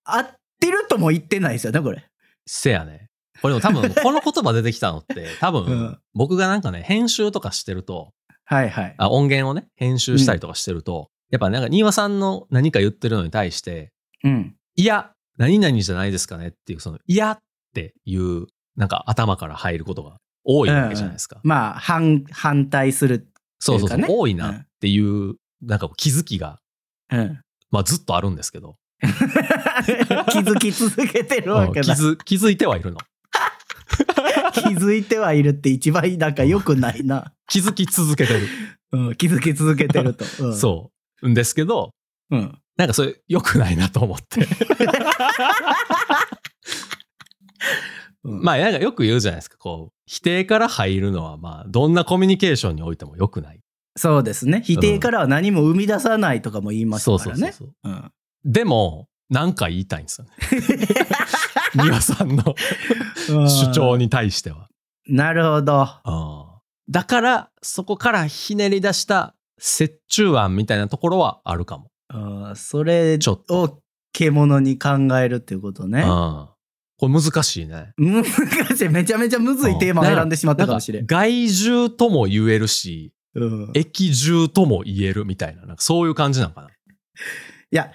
Speaker 2: 合ってるとも言ってないですよね、これ。
Speaker 1: せやね。これでも多分、この言葉出てきたのって、 多分、
Speaker 2: うん
Speaker 1: 僕がなんかね、編集とかしてると、
Speaker 2: はいはい。
Speaker 1: あ音源をね、編集したりとかしてると、やっぱなんか、新和さんの何か言ってるのに対して、
Speaker 2: うん。
Speaker 1: いや、何々じゃないですかねっていう、その、いやっていう、なんか頭から入ることが多いわけじゃないですか。
Speaker 2: まあ、反、反対する。
Speaker 1: そうそうそう、
Speaker 2: っていうかね
Speaker 1: 多いなっていう、なんかこう気づきが、
Speaker 2: うん。
Speaker 1: まあずっとあるんですけど、
Speaker 2: 気づき続けてるわ
Speaker 1: うん
Speaker 2: け
Speaker 1: 気
Speaker 2: だ。
Speaker 1: づ気づいてはいるの。
Speaker 2: 気づいてはいるって一番なんか良くな いな。
Speaker 1: 気づき続けてる。
Speaker 2: うん、気づき続けてると。う ん、
Speaker 1: そう。んですけど、
Speaker 2: う。うん。
Speaker 1: なんかそれ良くないなと思って。
Speaker 2: うん
Speaker 1: まあなんかよく言うじゃないですか。こう、否定から入るのはまあ、どんなコミュニケーションにおいても良くない。
Speaker 2: そうですね。否定からは何も生み出さないとかも言いまし
Speaker 1: そう
Speaker 2: たか
Speaker 1: そう
Speaker 2: ら
Speaker 1: そう
Speaker 2: ね。
Speaker 1: そう。
Speaker 2: うん
Speaker 1: でも、なんか言いたいんですよね。 美和さんの主張に対しては。
Speaker 2: なるほ
Speaker 1: う
Speaker 2: ど。
Speaker 1: んだから、そこからひねり出した折衷案みたいなところはあるかも。
Speaker 2: あーそれ
Speaker 1: ちょっ
Speaker 2: を獣に考えるっていうことね
Speaker 1: う。んこれ難しいね。
Speaker 2: 難しい。めちゃめちゃむずいテーマを選んでしまっ
Speaker 1: な
Speaker 2: た
Speaker 1: ん
Speaker 2: か
Speaker 1: か
Speaker 2: もしれん。
Speaker 1: 害獣とも言えるし、
Speaker 2: うん
Speaker 1: 液獣とも言えるみたいな、なんかそういう感じなのかな。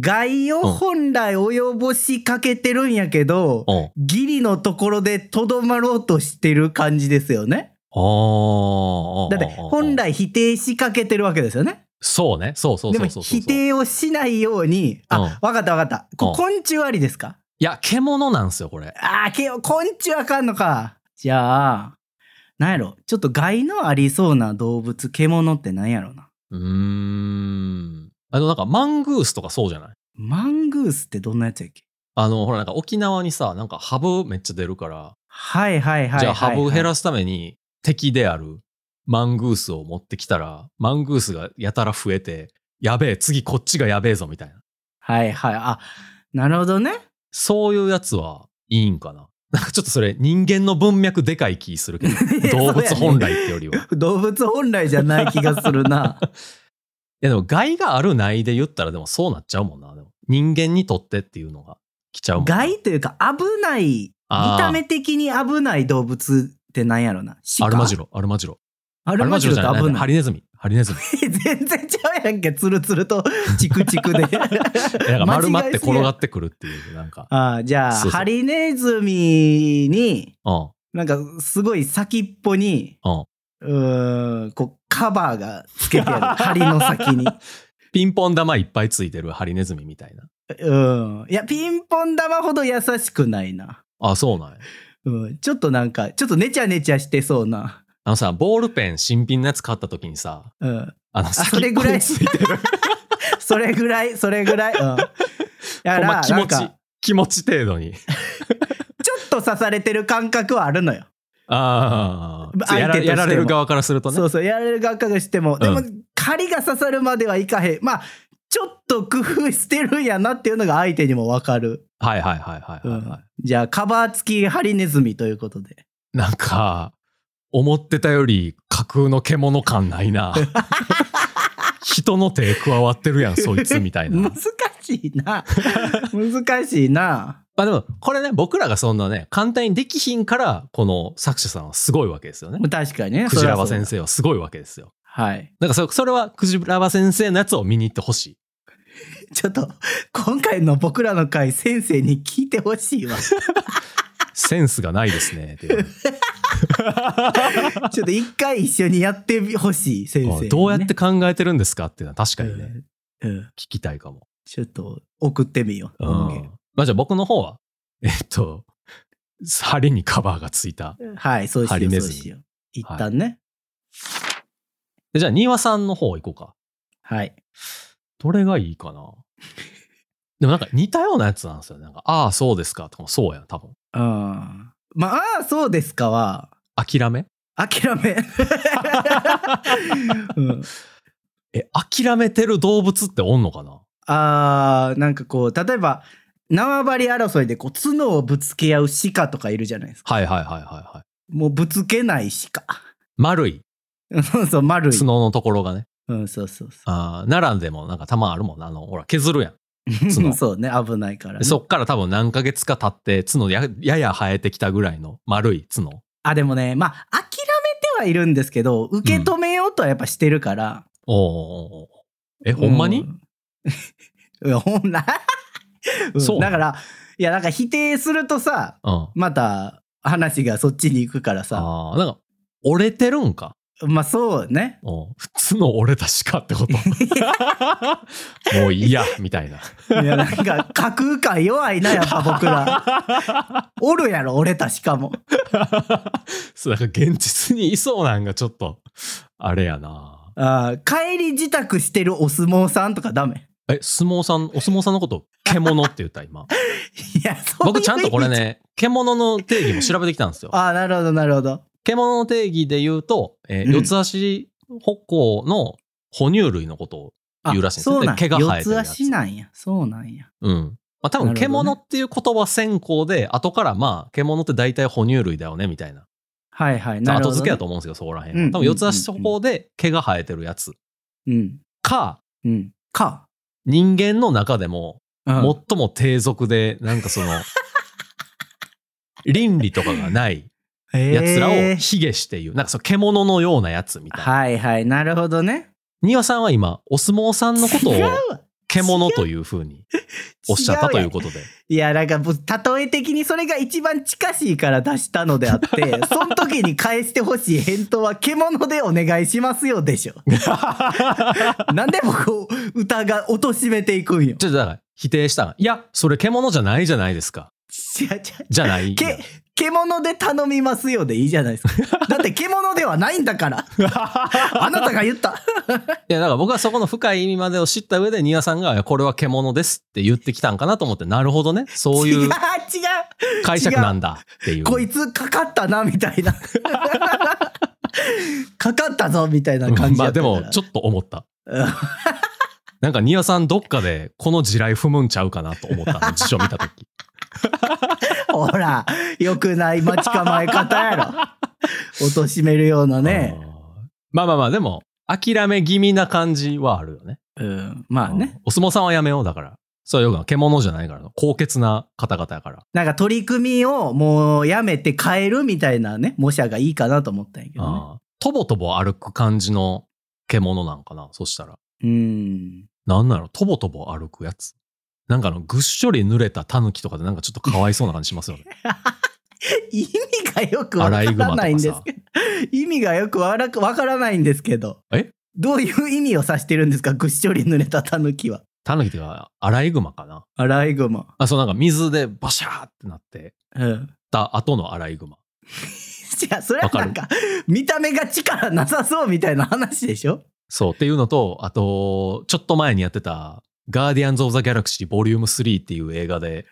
Speaker 2: 害を本来及ぼしかけてるんやけど、
Speaker 1: うん。
Speaker 2: ギリのところでとどまろうとしてる感じですよね。
Speaker 1: ああ。
Speaker 2: だって本来否定しかけてるわけですよね。
Speaker 1: そうね。そうそう
Speaker 2: で
Speaker 1: そ
Speaker 2: も
Speaker 1: うそうそう。
Speaker 2: 否定をしないように、
Speaker 1: うん
Speaker 2: あ、わかったわかった。
Speaker 1: う
Speaker 2: こ
Speaker 1: ん
Speaker 2: 昆虫ありですか
Speaker 1: いや、獣なんですよ、これ。
Speaker 2: ああ、けよ、昆虫あかんのか。じゃあ、なんやろ、ちょっと害のありそうな動物、獣ってなんやろな。
Speaker 1: うーん。あの、なんかマングースとかそうじゃない
Speaker 2: マングースってどんなやつやっけ
Speaker 1: あの、ほら、なんか沖縄にさ、なんかハブめっちゃ出るから、
Speaker 2: はいはいはいはい、はい。
Speaker 1: じゃあハブ減らすために敵であるマングースを持ってきたら、マングースがやたら増えて、やべえ、次こっちがやべえぞみたいな。
Speaker 2: はいはい。あ、なるほどね。
Speaker 1: そういうやつはいいんかな。 なんかちょっとそれ人間の文脈でかい気す るけど、動物本来ってよりは。い
Speaker 2: 動物本来じゃない気がする な。
Speaker 1: やでも害があるないで言ったらでもそうなっちゃうもんな。でも人間にとってっていうのが来ちゃうもんな。
Speaker 2: 害というか危ない、見
Speaker 1: あー
Speaker 2: た目的に危ない動物ってなんやろな。鹿
Speaker 1: アルマジロ、アルマジロ。
Speaker 2: ア
Speaker 1: ア
Speaker 2: ルマジロって
Speaker 1: ルマジロじ
Speaker 2: 危
Speaker 1: ゃないハ
Speaker 2: ない。
Speaker 1: リネズミ、ハリネズミ。
Speaker 2: 全然ちゃうやんけ。ツルツルとチクチクで。
Speaker 1: なんか丸まって
Speaker 2: 間違えすぎ
Speaker 1: 転
Speaker 2: や
Speaker 1: がってくるっていう、なんか。
Speaker 2: ああ、じゃあ、
Speaker 1: そうそう
Speaker 2: ハリネズミに、
Speaker 1: うん。
Speaker 2: なんかすごい先っぽに、
Speaker 1: うん
Speaker 2: うーん、こう、カバーがつけてある。 針の先に。
Speaker 1: ピンポン玉いっぱいついてるハリネズミみたいな。
Speaker 2: うん。いや、ピンポン玉ほど優しくないな。
Speaker 1: あ、そうなんや。
Speaker 2: うん。ちょっとなんか、ちょっとネチャネチャしてそうな。
Speaker 1: あのさ、ボールペン新品のやつ買った時にさ、
Speaker 2: うん。
Speaker 1: あの、
Speaker 2: それぐらい
Speaker 1: 先っぽについてる。
Speaker 2: それぐらい、それぐらい。 うん。だか
Speaker 1: ほん
Speaker 2: ら、
Speaker 1: ま気
Speaker 2: な
Speaker 1: 持
Speaker 2: ん
Speaker 1: ち
Speaker 2: か、、
Speaker 1: 気持ち程度に。
Speaker 2: ちょっと刺されてる感覚はあるのよ。
Speaker 1: ああ、
Speaker 2: 相手
Speaker 1: や
Speaker 2: と
Speaker 1: ら
Speaker 2: しても
Speaker 1: やられる側からするとね。
Speaker 2: そうそう、やられる側からしても。でも、
Speaker 1: う
Speaker 2: 針が刺さるまではいかへん。まあ、ちょっと工夫してるんやなっていうのが相手にもわかる。
Speaker 1: はいはいはいはいはい、は
Speaker 2: じゃあカバー付きハリネズミということで
Speaker 1: い。なんか、思ってたより架空の獣感ない な。人の手加わってるやん、そいつみたいな
Speaker 2: 難。しいな難しいな
Speaker 1: まあでも、これね、僕らがそんなね、簡単にできひんから、この作者さんはすごいわけですよね。
Speaker 2: 確かにね
Speaker 1: クジラバ先
Speaker 2: そ
Speaker 1: 生はすごいわけですよ。
Speaker 2: りゃそうだはい
Speaker 1: なんかそそれはクジラバ先生のやつを見に行ってほしい。
Speaker 2: ちょっと今回の僕らの回先生に聞いてほ しいわち
Speaker 1: センスがないですね。 っていう
Speaker 2: ょっと一回一緒にやってほしい先生にね、
Speaker 1: どうやって考えてるんですかっていうのは確かにね、
Speaker 2: うんうん
Speaker 1: 聞きたいかも。
Speaker 2: ちょっと送ってみよう
Speaker 1: うん
Speaker 2: 音源
Speaker 1: まあじゃあ僕の方は、えっと、針にカバーがついた。
Speaker 2: はい、そうです
Speaker 1: ハリ
Speaker 2: よ。そ
Speaker 1: ネ
Speaker 2: う
Speaker 1: ズミ
Speaker 2: ですよ。一旦ね。
Speaker 1: でじゃあ、庭さんの方行こうか。
Speaker 2: はい。
Speaker 1: どれがいいかな でもなんか似たようなやつなんですよね。なんか、ああ、そうですか。とかもそうやん、多分。
Speaker 2: うん。まあ、ああ、そうですかは、
Speaker 1: 諦め
Speaker 2: 諦 め。うん
Speaker 1: え、諦めてる動物っておんのかな
Speaker 2: あーなんかこう例えば縄張り争いでこう角をぶつけ合う鹿とかいるじゃないですか
Speaker 1: はいはいはいはいはい。
Speaker 2: もうぶつけない鹿
Speaker 1: 丸い。
Speaker 2: そうそう丸い、
Speaker 1: 角のところがね。
Speaker 2: うん、そうそうそ
Speaker 1: ああ、奈良でもなんかたまあるもんな。あの、ほら、削るやん。
Speaker 2: う
Speaker 1: 角
Speaker 2: そうね危ないから、
Speaker 1: で
Speaker 2: ね、
Speaker 1: そっから多分何ヶ月か経って、角ややや生えてきたぐらいの丸い角。
Speaker 2: あでもねまあ諦めてはいるんですけど受け止めようとはやっぱしてるから、
Speaker 1: おーおーおーえ、ほんまに、
Speaker 2: うん いやほんな、うん
Speaker 1: そう
Speaker 2: だからいやなんか否定するとさ
Speaker 1: うん。
Speaker 2: また話がそっちに行くからさ
Speaker 1: ああ、なんか、折れてるんか。
Speaker 2: まあそうね
Speaker 1: うん普通の折れた鹿ってこと。 もう嫌、みたいな。
Speaker 2: いやなんか架空感弱いなやっぱ僕ら おるやろ俺たしかも
Speaker 1: そう、なんか現実にいそうなんがちょっと、あれやな。
Speaker 2: あー帰り自宅してるお相撲さんとかダメ
Speaker 1: え、相撲さん、お相撲さんのこと、獣って言った、 今。
Speaker 2: いやそういう
Speaker 1: 僕ちゃんとこれね、獣の定義も調べてきたんですよ。
Speaker 2: ああなるほどなるほど
Speaker 1: 獣の定義で言うと、えー
Speaker 2: うん
Speaker 1: 四つ足歩行の哺乳類のことを、
Speaker 2: あ
Speaker 1: 言うらしいんですよ
Speaker 2: そうなん
Speaker 1: で毛が生えてる
Speaker 2: 四
Speaker 1: や
Speaker 2: つ
Speaker 1: つ
Speaker 2: 足なんやそうなんや
Speaker 1: うん。まあ多
Speaker 2: な
Speaker 1: 分、
Speaker 2: るほどね
Speaker 1: 獣っていう言葉先行で、後からまあ、獣って大体哺乳類だよね、みたいな。
Speaker 2: はいはいなるほど、
Speaker 1: 後付けだと思うんですけど、そこら辺は。
Speaker 2: うん
Speaker 1: 多分、四つ足歩行で毛が生えてるやつ。
Speaker 2: うん
Speaker 1: か、
Speaker 2: うんか、
Speaker 1: 人間の中でも、
Speaker 2: うん
Speaker 1: 最も低俗で、なんかその、倫理とかがないやつらを
Speaker 2: へー
Speaker 1: 卑下して言う。なんかその獣のようなやつみたいな。
Speaker 2: はいはいなるほどね
Speaker 1: 庭さんは今、お相撲さんのことを
Speaker 2: 違うわ
Speaker 1: 獣というふうにおっしゃったということで。
Speaker 2: いやなんかぶ例え的にそれが一番近しいから出したのであって その時に返してほしい返答は「獣でお願いします よ」でしょなんで僕を疑う貶としめていくんよ。
Speaker 1: ちょっとだから否定したのいや、それ獣じゃないじゃないですか。
Speaker 2: ちゃちゃ
Speaker 1: じゃない。
Speaker 2: け獣で頼みますよでいいじゃないですか。だって獣ではないん だから。あなたが言った。
Speaker 1: いや、だから僕はそこの深い意味までを知った上で、庭さんが、いやこれは獣ですって言ってきたんかなと思って、なるほどね。そう
Speaker 2: 違う違
Speaker 1: いうう。解釈なんだっていう。
Speaker 2: こいつかかったなみたいな。 かかったぞみたいな感じ
Speaker 1: ま
Speaker 2: や
Speaker 1: あ
Speaker 2: っ
Speaker 1: で
Speaker 2: たから。
Speaker 1: も、ちょっと思った。
Speaker 2: うん
Speaker 1: なんか、庭さんどっかで、この地雷踏むんちゃうかなと思ったの、辞書見たとき。
Speaker 2: ほら、良くない待ち構え方やろ。貶としめるような ね。
Speaker 1: あーまあまあまあ、でも、諦め気味な感じはあるよね。
Speaker 2: うん。まあね。
Speaker 1: お相撲さんはやめよう、だから。そうよく獣じゃないからの。高潔な方々やから。
Speaker 2: なんか取り組みをもうやめて変えるみたいなね、模写がいいかなと思ったんやけどね。
Speaker 1: ああとぼとぼ歩く感じの獣なんかなそしたら。
Speaker 2: うん。
Speaker 1: なんなのとぼとぼ歩くやつ。なんかあの、ぐっしょり濡れたタヌキとかでなんかちょっとかわいそうな感じしますよね。
Speaker 2: 意味がよくわ
Speaker 1: ア
Speaker 2: か
Speaker 1: ライグマ
Speaker 2: ら
Speaker 1: と
Speaker 2: ないん
Speaker 1: か
Speaker 2: です
Speaker 1: さ
Speaker 2: け。ど。意味がよくわらわからないんですけど。
Speaker 1: え
Speaker 2: どういう意味を指してるんですかぐっしょり濡れたタヌキは。
Speaker 1: タヌキっていうか、アライグマかな
Speaker 2: アライグマ。
Speaker 1: あ、そうなんか水でバシャーってなって
Speaker 2: うん。
Speaker 1: た後のアライグマ。
Speaker 2: じゃあ、それはなんか、見た目が力なさそうみたいな話でしょ
Speaker 1: そうっていうのと、あと、ちょっと前にやってた、ガーディアンズ・オブ・ザ・ギャラクシーボリューム3っていう映画で、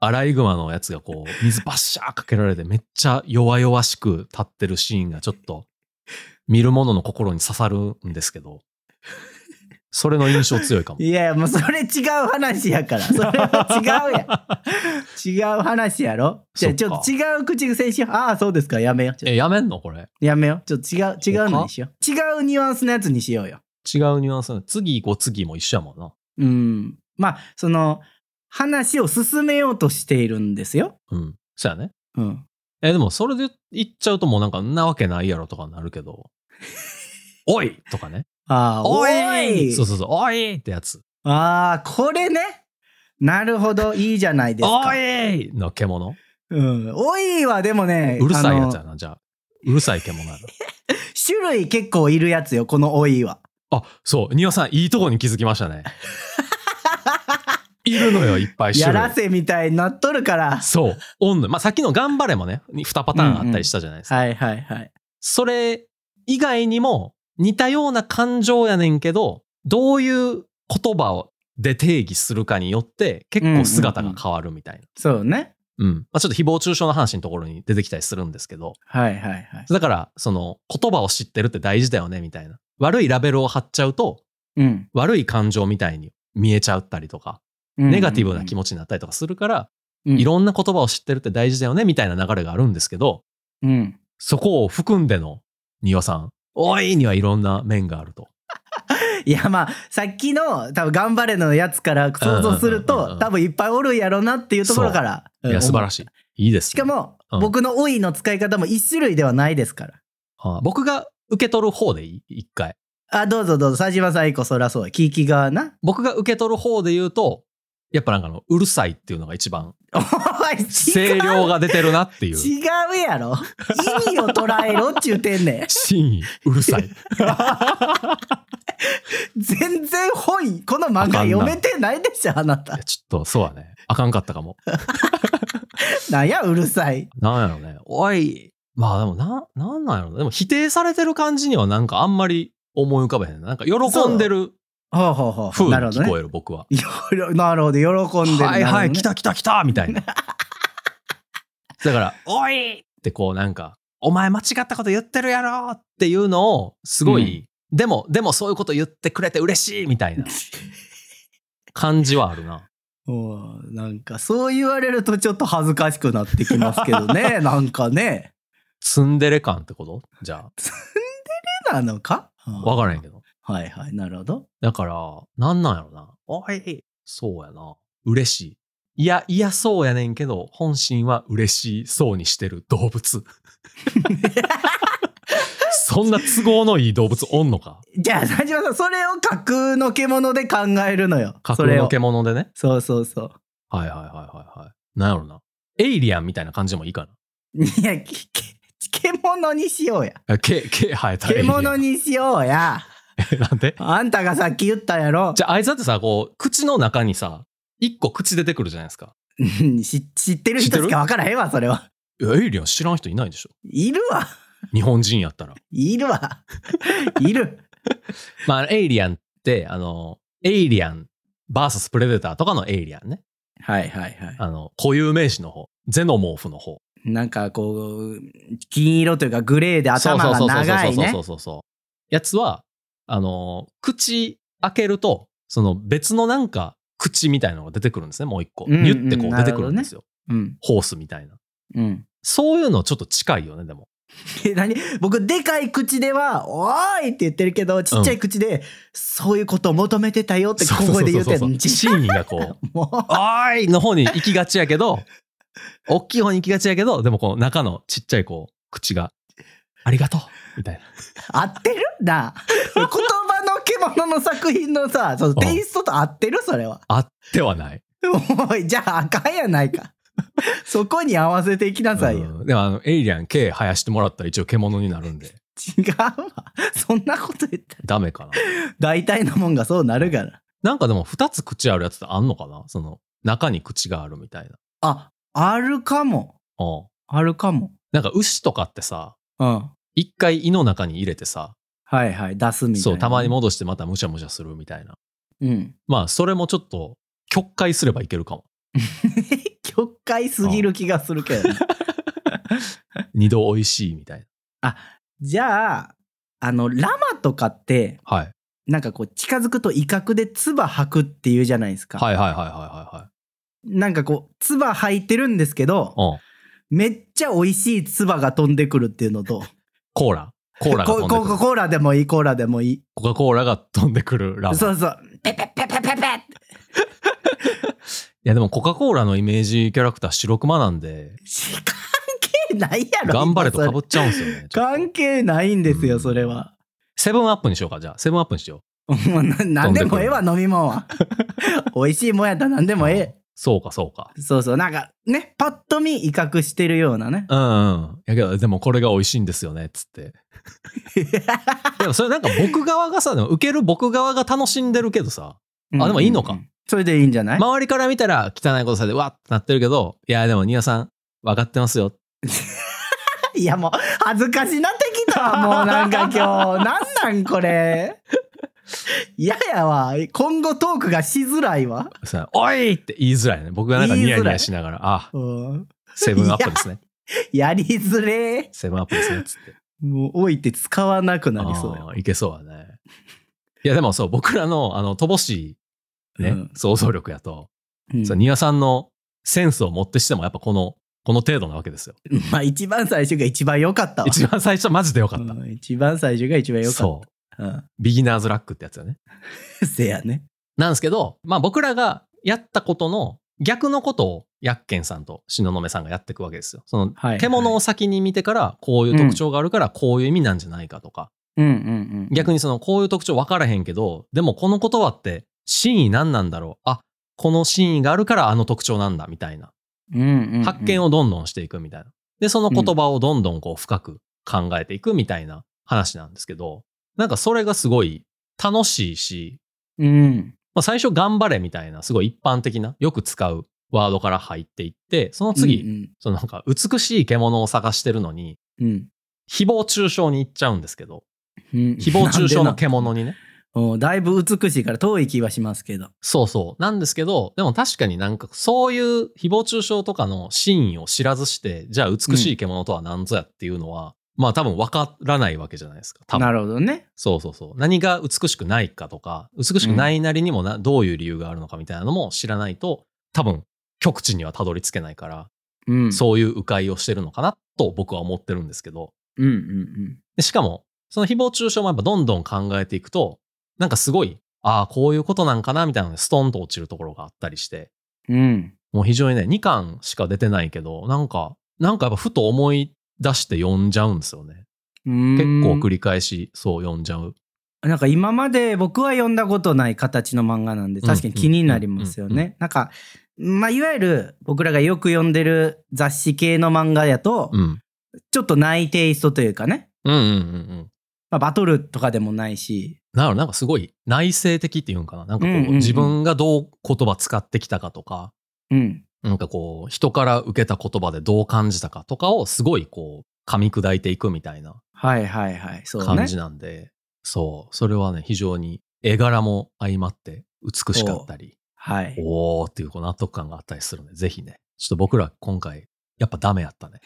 Speaker 1: アライグマのやつがこう、水バッシャーかけられて、めっちゃ弱々しく立ってるシーンがちょっと、見る者の心に刺さるんですけど、それの印象強いかも。
Speaker 2: いやいや、もうそれ違う話や から。それは違うやん。違う話やろ。じゃあ、ち
Speaker 1: そっ
Speaker 2: ょ
Speaker 1: か
Speaker 2: っと違う口癖にしよう。ああ、そうですか。やめよう。ち ょっ
Speaker 1: え、やめんのこれ。
Speaker 2: とやめよう。ちょっと違う、違うの
Speaker 1: 他
Speaker 2: にしよう。違うニュアンスのやつにしようよ。
Speaker 1: 違うニュアンスなの次行こう、次も一緒やもんな。
Speaker 2: うん。まあ、その、話を進めようとしているんですよ。
Speaker 1: うん。そうやね。
Speaker 2: うん。
Speaker 1: え、でもそれで言っちゃうともうなんか、んなわけないやろとかなるけ ど、おいとかね。
Speaker 2: ああ、おい
Speaker 1: そうそうそう、おいってやつ。
Speaker 2: ああ、これね。なるほど、いいじゃないですか。
Speaker 1: おいの獣
Speaker 2: うん、おいはでもね、
Speaker 1: うるさいやつ
Speaker 2: あ
Speaker 1: や
Speaker 2: の
Speaker 1: な、じゃあ。うるさい獣やな。
Speaker 2: 種類結構いるやつよ、このおいは。
Speaker 1: あ、そう、丹羽さん、いいとこに気づきましたね。いるのよ、いっぱい種
Speaker 2: や
Speaker 1: 類。
Speaker 2: らせみたいになっとるから。
Speaker 1: そう。おんのよまあ、さっきの頑張れもね、2パターンあったりしたじゃないですか。
Speaker 2: はいはいはい。
Speaker 1: それ以外にも似たような感情やねんけど、どういう言葉をで定義するかによって結構姿が変わるみたいな。
Speaker 2: そうね。
Speaker 1: うんまあ、ちょっと誹謗中傷の話のところに出てきたりするんですけど、
Speaker 2: はいはいはい。
Speaker 1: だからその言葉を知ってるって大事だよねみたいな。悪いラベルを貼っちゃうと
Speaker 2: うん。
Speaker 1: 悪い感情みたいに見えちゃったりとか、ネガティブな気
Speaker 2: 持
Speaker 1: 持ちになったりとかするから、
Speaker 2: ち
Speaker 1: いろんな言葉を知ってるって大事だよねみたいな流れがあるんですけど、
Speaker 2: うん。
Speaker 1: そこを含んでの庭さん。おいにはいろんな面があると。
Speaker 2: いやまあさっきの多分頑張れのやつから想像する
Speaker 1: うんうんうんう
Speaker 2: と
Speaker 1: ん
Speaker 2: 多分いっぱいおるやろなっていうところから
Speaker 1: いや、素晴ら
Speaker 2: しい
Speaker 1: しい。いいです、ね。
Speaker 2: しかも
Speaker 1: うん
Speaker 2: 僕の「おい」の使い方も一種類ではないですから
Speaker 1: あ、僕が受け取る方でいい一回。
Speaker 2: あどうぞどうぞ佐島さん以降そらそうや聞き側な
Speaker 1: 僕が受け取る方で言うと、やっぱなんかあの、うるさいっていうのが一番、
Speaker 2: おい違
Speaker 1: 声
Speaker 2: う
Speaker 1: 量が出てるなっていう。
Speaker 2: 違うやろ意味を捉えろっちゅうてんねん
Speaker 1: 真意、うるさい。
Speaker 2: 全然本意この漫画読めてないでしょあな いた
Speaker 1: やちょっと、そうだね。あかんかったかも。
Speaker 2: なんやうるさい
Speaker 1: なんやろね。おい。まあでも、な、なんなんやろね。でも否定されてる感じにはなんかあんまり思い浮かべへん。なんか喜んでる
Speaker 2: ほうほうほ
Speaker 1: 風
Speaker 2: う
Speaker 1: に
Speaker 2: なるほど
Speaker 1: 聞こ
Speaker 2: ね
Speaker 1: える、僕は。
Speaker 2: いろいろなるほど喜んでる
Speaker 1: はいはい、来
Speaker 2: た
Speaker 1: た来た来たみた いな。だから、おいってこうなんか、お前間違ったこと言ってるやろっていうのを、すごい、でも、でもそういうこと言ってくれて嬉しいみた いな感じはあるな。
Speaker 2: もうなんかそう言われるとちょっと恥ずかしくなってきますけど ねなんかね
Speaker 1: ツンデレ感ってことじゃ
Speaker 2: なのか
Speaker 1: あ、わからへん
Speaker 2: ど
Speaker 1: けど。
Speaker 2: はいはいなるほど
Speaker 1: だから、なんなんやろな。おいそうやな。嬉しい。いや、いやそうやねんけど、本心は嬉しそうにしてる動 物。そんな都合のいい動物おんのか
Speaker 2: じゃあ佐島さんそれを架空の獣で考えるのよ
Speaker 1: 架
Speaker 2: そ
Speaker 1: 空
Speaker 2: れ
Speaker 1: の
Speaker 2: を
Speaker 1: 獣でね。
Speaker 2: そうそうそ
Speaker 1: はいはいはいはいはい。なんやろな。エイリアンみたいな感じでもいいか
Speaker 2: ういやけけ獣にしようや
Speaker 1: な。毛、毛生えたエイリアン。
Speaker 2: 獣にしようや
Speaker 1: なんで
Speaker 2: あんたがさっき言ったやろ
Speaker 1: じゃあ、あいつだってさ、こう、口の中にさ、一個口出てくるじゃないですか。
Speaker 2: うん し知ってる
Speaker 1: 知って
Speaker 2: 人
Speaker 1: る
Speaker 2: しか分からへんわそれはい
Speaker 1: やエイリアン知らん人いないでしょ。
Speaker 2: いるわ
Speaker 1: 日本人やったら。
Speaker 2: いるわ いる
Speaker 1: まあ、エイリアンって、あの、エイリアン、バーサスプレデターとかのエイリアンね。
Speaker 2: はいはいはい
Speaker 1: あの、固有名詞の方。ゼノモーフの方。
Speaker 2: なんかこう金色というかグレーで
Speaker 1: そう
Speaker 2: 頭
Speaker 1: そうそうそ
Speaker 2: が
Speaker 1: う
Speaker 2: 長い
Speaker 1: そ
Speaker 2: ね
Speaker 1: うそうそうそう。やつは、あの、口開けると、その別のなんか口みたいなのが出てくるんですね、もう一個。
Speaker 2: うんうん
Speaker 1: ニュってこう出てくるんですよ。
Speaker 2: うん
Speaker 1: ホースみたいな。
Speaker 2: うん
Speaker 1: そういうのちょっと近いよね、でも。
Speaker 2: え何僕でかい口では「おーい!」って言ってるけどちっちゃい口で、そういうことを求めてたよって小声で言うてんのち
Speaker 1: シーンがこう、
Speaker 2: もう
Speaker 1: おーいの方に行きがちやけど、大きい方に行きがちやけど、でもこの中のちっちゃいこう、口が、ありがとうみたいな。
Speaker 2: 合ってるなあ言葉の獣の作品のさそのテイストと合ってるそれは
Speaker 1: あってはない。
Speaker 2: おいじゃああかんやないかそこに合わせていきなさいよ、
Speaker 1: うんでもあの、エイリアン、毛生やしてもらったら一応獣になるんで、
Speaker 2: 違うわそんなこと言ったら
Speaker 1: ダメかな。
Speaker 2: 大体のもんがそうなるから
Speaker 1: なんかでも2つ口あるやつってあんのかなその中に口があるみたいな。
Speaker 2: ああるかも
Speaker 1: うん。
Speaker 2: あるかも
Speaker 1: なんか牛とかってさ、
Speaker 2: うん
Speaker 1: 一回胃の中に入れてさ、
Speaker 2: はいはい出すみたいな
Speaker 1: そう、たまに戻してまたむしゃむしゃするみたいな。
Speaker 2: うん
Speaker 1: まあ、それもちょっと、曲解すればいけるかも。
Speaker 2: 曲解すぎる気がするけ どね、
Speaker 1: 二度美味しいみたいな。
Speaker 2: じゃああのラマとかって
Speaker 1: はい。
Speaker 2: なんかこう近づくと威嚇で唾吐くっていうじゃないですか、
Speaker 1: はいはいはいはいはいはい。
Speaker 2: なんかこう唾吐いてるんですけど
Speaker 1: うん。
Speaker 2: めっちゃ美味しい唾が飛んでくるっていうのと
Speaker 1: コーラ。コーラが飛んでく
Speaker 2: ココ
Speaker 1: る。
Speaker 2: コーラでもいいコーラでもいい
Speaker 1: コカ・コーラが飛んでくるラーメン。い
Speaker 2: そうそうペペペペペペ
Speaker 1: やでもコカ・コーラのイメージキャラクター白熊なん で、
Speaker 2: し関係ないやろ
Speaker 1: 頑張れとかぶ
Speaker 2: 今
Speaker 1: っちゃうんですよ ね。
Speaker 2: それ関係ないんですよそれは、
Speaker 1: セブンアップにしようか、じゃあ。セブンアップにしよう。
Speaker 2: もうななんでもええわ飲み 物は美味しいもんやったら何でもええ
Speaker 1: そうか、そうか。
Speaker 2: そうそうなんかねパッと見威嚇してるようなね
Speaker 1: うんうん。やけど、でもこれが美味しいんですよね、つっ て。でもそれなんか僕側がさ、でも受ける僕側が楽しんでるけどさ、あでもいいのか
Speaker 2: うんそれでいいんじゃない、
Speaker 1: 周りから見たら汚いことされてわってなってるけどいやでも庭さん分かってますよ
Speaker 2: いやもう恥ずかしなってきたわ もうなんか今日なんなんこれ嫌やわ今後トークがしづらいわ、
Speaker 1: さおいって言いづらいね僕がなんかニヤニヤしながらあ
Speaker 2: うん、
Speaker 1: セブンアップですね
Speaker 2: やりづれ
Speaker 1: セブンアップですねっつって
Speaker 2: もう置いて使わなく なりそうや
Speaker 1: あーいけそうだねいやでもそう僕らのあの乏しい、ね
Speaker 2: うん
Speaker 1: 想像力やと、
Speaker 2: うん
Speaker 1: そう庭さんのセンスをもってしてもやっぱこのこの程度なわけですよ
Speaker 2: まあ一番最初が一番良かったわ
Speaker 1: 一番最初マジでよかった、
Speaker 2: うん一番最初が一番良かっ
Speaker 1: そう
Speaker 2: たう、
Speaker 1: ビギナーズラックってやつだね
Speaker 2: ん、せやね
Speaker 1: なんですけど、まあ僕らがやったことの逆のことをヤッケンさんと東雲さんがやっていくわけですよ。その
Speaker 2: はい
Speaker 1: 獣を先に見てからこういう特徴があるからこういう意味なんじゃないかとか、
Speaker 2: うんうんうん
Speaker 1: 逆にそのこういう特徴分からへんけど、でもこの言葉って真意何なんだろうあこの真意があるからあの特徴なんだみたいな
Speaker 2: うんうんうん
Speaker 1: 発見をどんどんしていくみたいな。で、その言葉をどんどんこう深く考えていくみたいな話なんですけど、なんかそれがすごい楽しいし、
Speaker 2: うん
Speaker 1: まあ、最初頑張れみたいなすごい一般的なよく使うワードから入っていってその次、
Speaker 2: うん
Speaker 1: そのなんか美しい獣を探してるのに
Speaker 2: うんうん
Speaker 1: 誹謗中傷に行っちゃうんですけど
Speaker 2: うん
Speaker 1: 誹謗中傷の
Speaker 2: なんで
Speaker 1: 獣にね
Speaker 2: なうんだいぶ美しいから遠い気はしますけど
Speaker 1: そうそうなんですけどでも確かになんかそういう誹謗中傷とかの真意を知らずしてじゃあ美しい獣とは何ぞやっていうのは、まあ多分分からないわけじゃないですか多分
Speaker 2: なるほどね
Speaker 1: そうそうそう何が美しくないかとか美しくないなりにもな、どういう理由があるのかみたいなのも知らないと多分極地にはたどり着けないから
Speaker 2: うん
Speaker 1: そういう迂回をしてるのかなと僕は思ってるんですけど。
Speaker 2: うんうん
Speaker 1: でしかも、その誹謗中傷もやっぱどんどん考えていくと、なんかすごい、ああ、こういうことなんかなみたいなのでストンと落ちるところがあったりして、
Speaker 2: うんうん
Speaker 1: もう非常にね、2巻しか出てないけど、なんか、なんかやっぱふと思い出して読んじゃうんですよね。
Speaker 2: うん
Speaker 1: 結構繰り返しそう読んじゃう。
Speaker 2: なんか今まで僕は読んだことない形の漫画なんで
Speaker 1: うん
Speaker 2: 確かに気になりますよ
Speaker 1: うんうんうん
Speaker 2: ね。なんか、まあ、いわゆる僕らがよく読んでる雑誌系の漫画やと、
Speaker 1: うん。
Speaker 2: ちょっとないテイストというかね、
Speaker 1: うんうんうんうん。
Speaker 2: まあ、バトルとかでもないし、
Speaker 1: なるなんかすごい内省的っていうんかな。なんかこう、
Speaker 2: うんうんうん
Speaker 1: 自分がどう言葉使ってきたかとか、
Speaker 2: うん、
Speaker 1: なんかこう、人から受けた言葉でどう感じたかとかをすごいこう、噛み砕いていくみたいな
Speaker 2: はいはいはいそうね
Speaker 1: 感じなんで、そう、それはね、非常に絵柄も相まって美しかったり、
Speaker 2: はい
Speaker 1: おーっていうこう納得感があったりするんで、ぜひね、ちょっと僕ら今回、やっぱダメやった ね。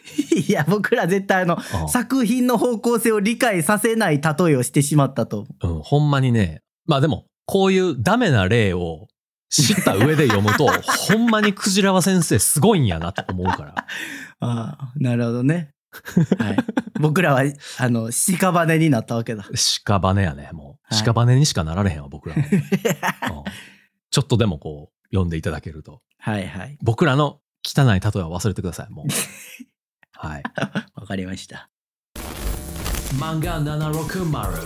Speaker 2: いや僕ら絶対あの
Speaker 1: うん
Speaker 2: 作品の方向性を理解させない例えをしてしまったと
Speaker 1: うん、ほんまにね、まあでも、こういうダメな例を知った上で読む と、ほんまにクジラは先生すごいんやなと思うから。
Speaker 2: ああなるほ どね、はい、僕らはあの屍になったわけだ
Speaker 1: 屍やね、もう。
Speaker 2: はい
Speaker 1: 屍にしかなられへんわ、 僕らは。うんちょっとでもこう、読んでいただけると。
Speaker 2: はいはい
Speaker 1: 僕らの汚い例えは忘れてください、 もう。はい。
Speaker 2: わかりました
Speaker 1: 漫画760。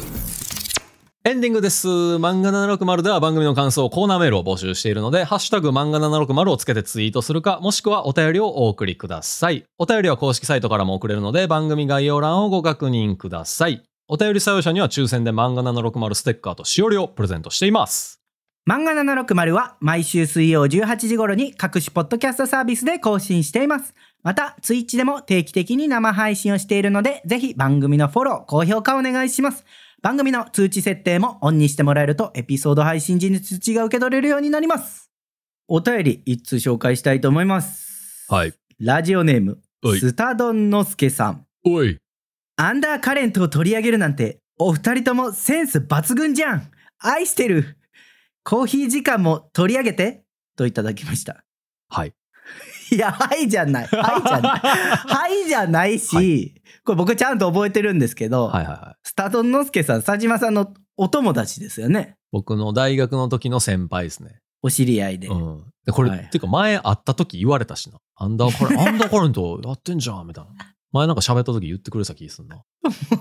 Speaker 1: エンディングです。漫画760では番組の感想、コーナーメールを募集しているので、ハッシュタグ漫画760をつけてツイートするか、もしくはお便りをお送りください。お便りは公式サイトからも送れるので、番組概要欄をご確認ください。お便り採用者には抽選で漫画760ステッカーとしおりをプレゼントしています。
Speaker 2: 漫画760は毎週水曜18時頃に各種ポッドキャストサービスで更新しています。また、ツイッチでも定期的に生配信をしているので、ぜひ番組のフォロー、高評価お願いします。番組の通知設定もオンにしてもらえると、エピソード配信時に通知が受け取れるようになります。お便り、一通紹介したいと思います。
Speaker 1: はい。
Speaker 2: ラジオネーム
Speaker 1: は、い
Speaker 2: スタドンのすけさん。
Speaker 1: お い。
Speaker 2: アンダーカレントを取り上げるなんて、お二人ともセンス抜群じゃん愛してるコーヒー時間も取り上げてといただきました。
Speaker 1: はい。
Speaker 2: いや、はいじゃない。はいじゃな い。はいじゃないし、
Speaker 1: は
Speaker 2: これ僕ちゃんと覚えてるんですけど、
Speaker 1: はいはいはい。
Speaker 2: スタトンのすけさん、佐島さんのお友達ですよね。
Speaker 1: 僕の大学の時の先輩ですね。
Speaker 2: お知り合いで。
Speaker 1: うん。でこれ、
Speaker 2: はい
Speaker 1: っていうか前会った時言われたしな。アンダーカ レン、アンダーカレントやってんじゃん、みたいな。前なんか喋った時言ってくれた気すんな。
Speaker 2: も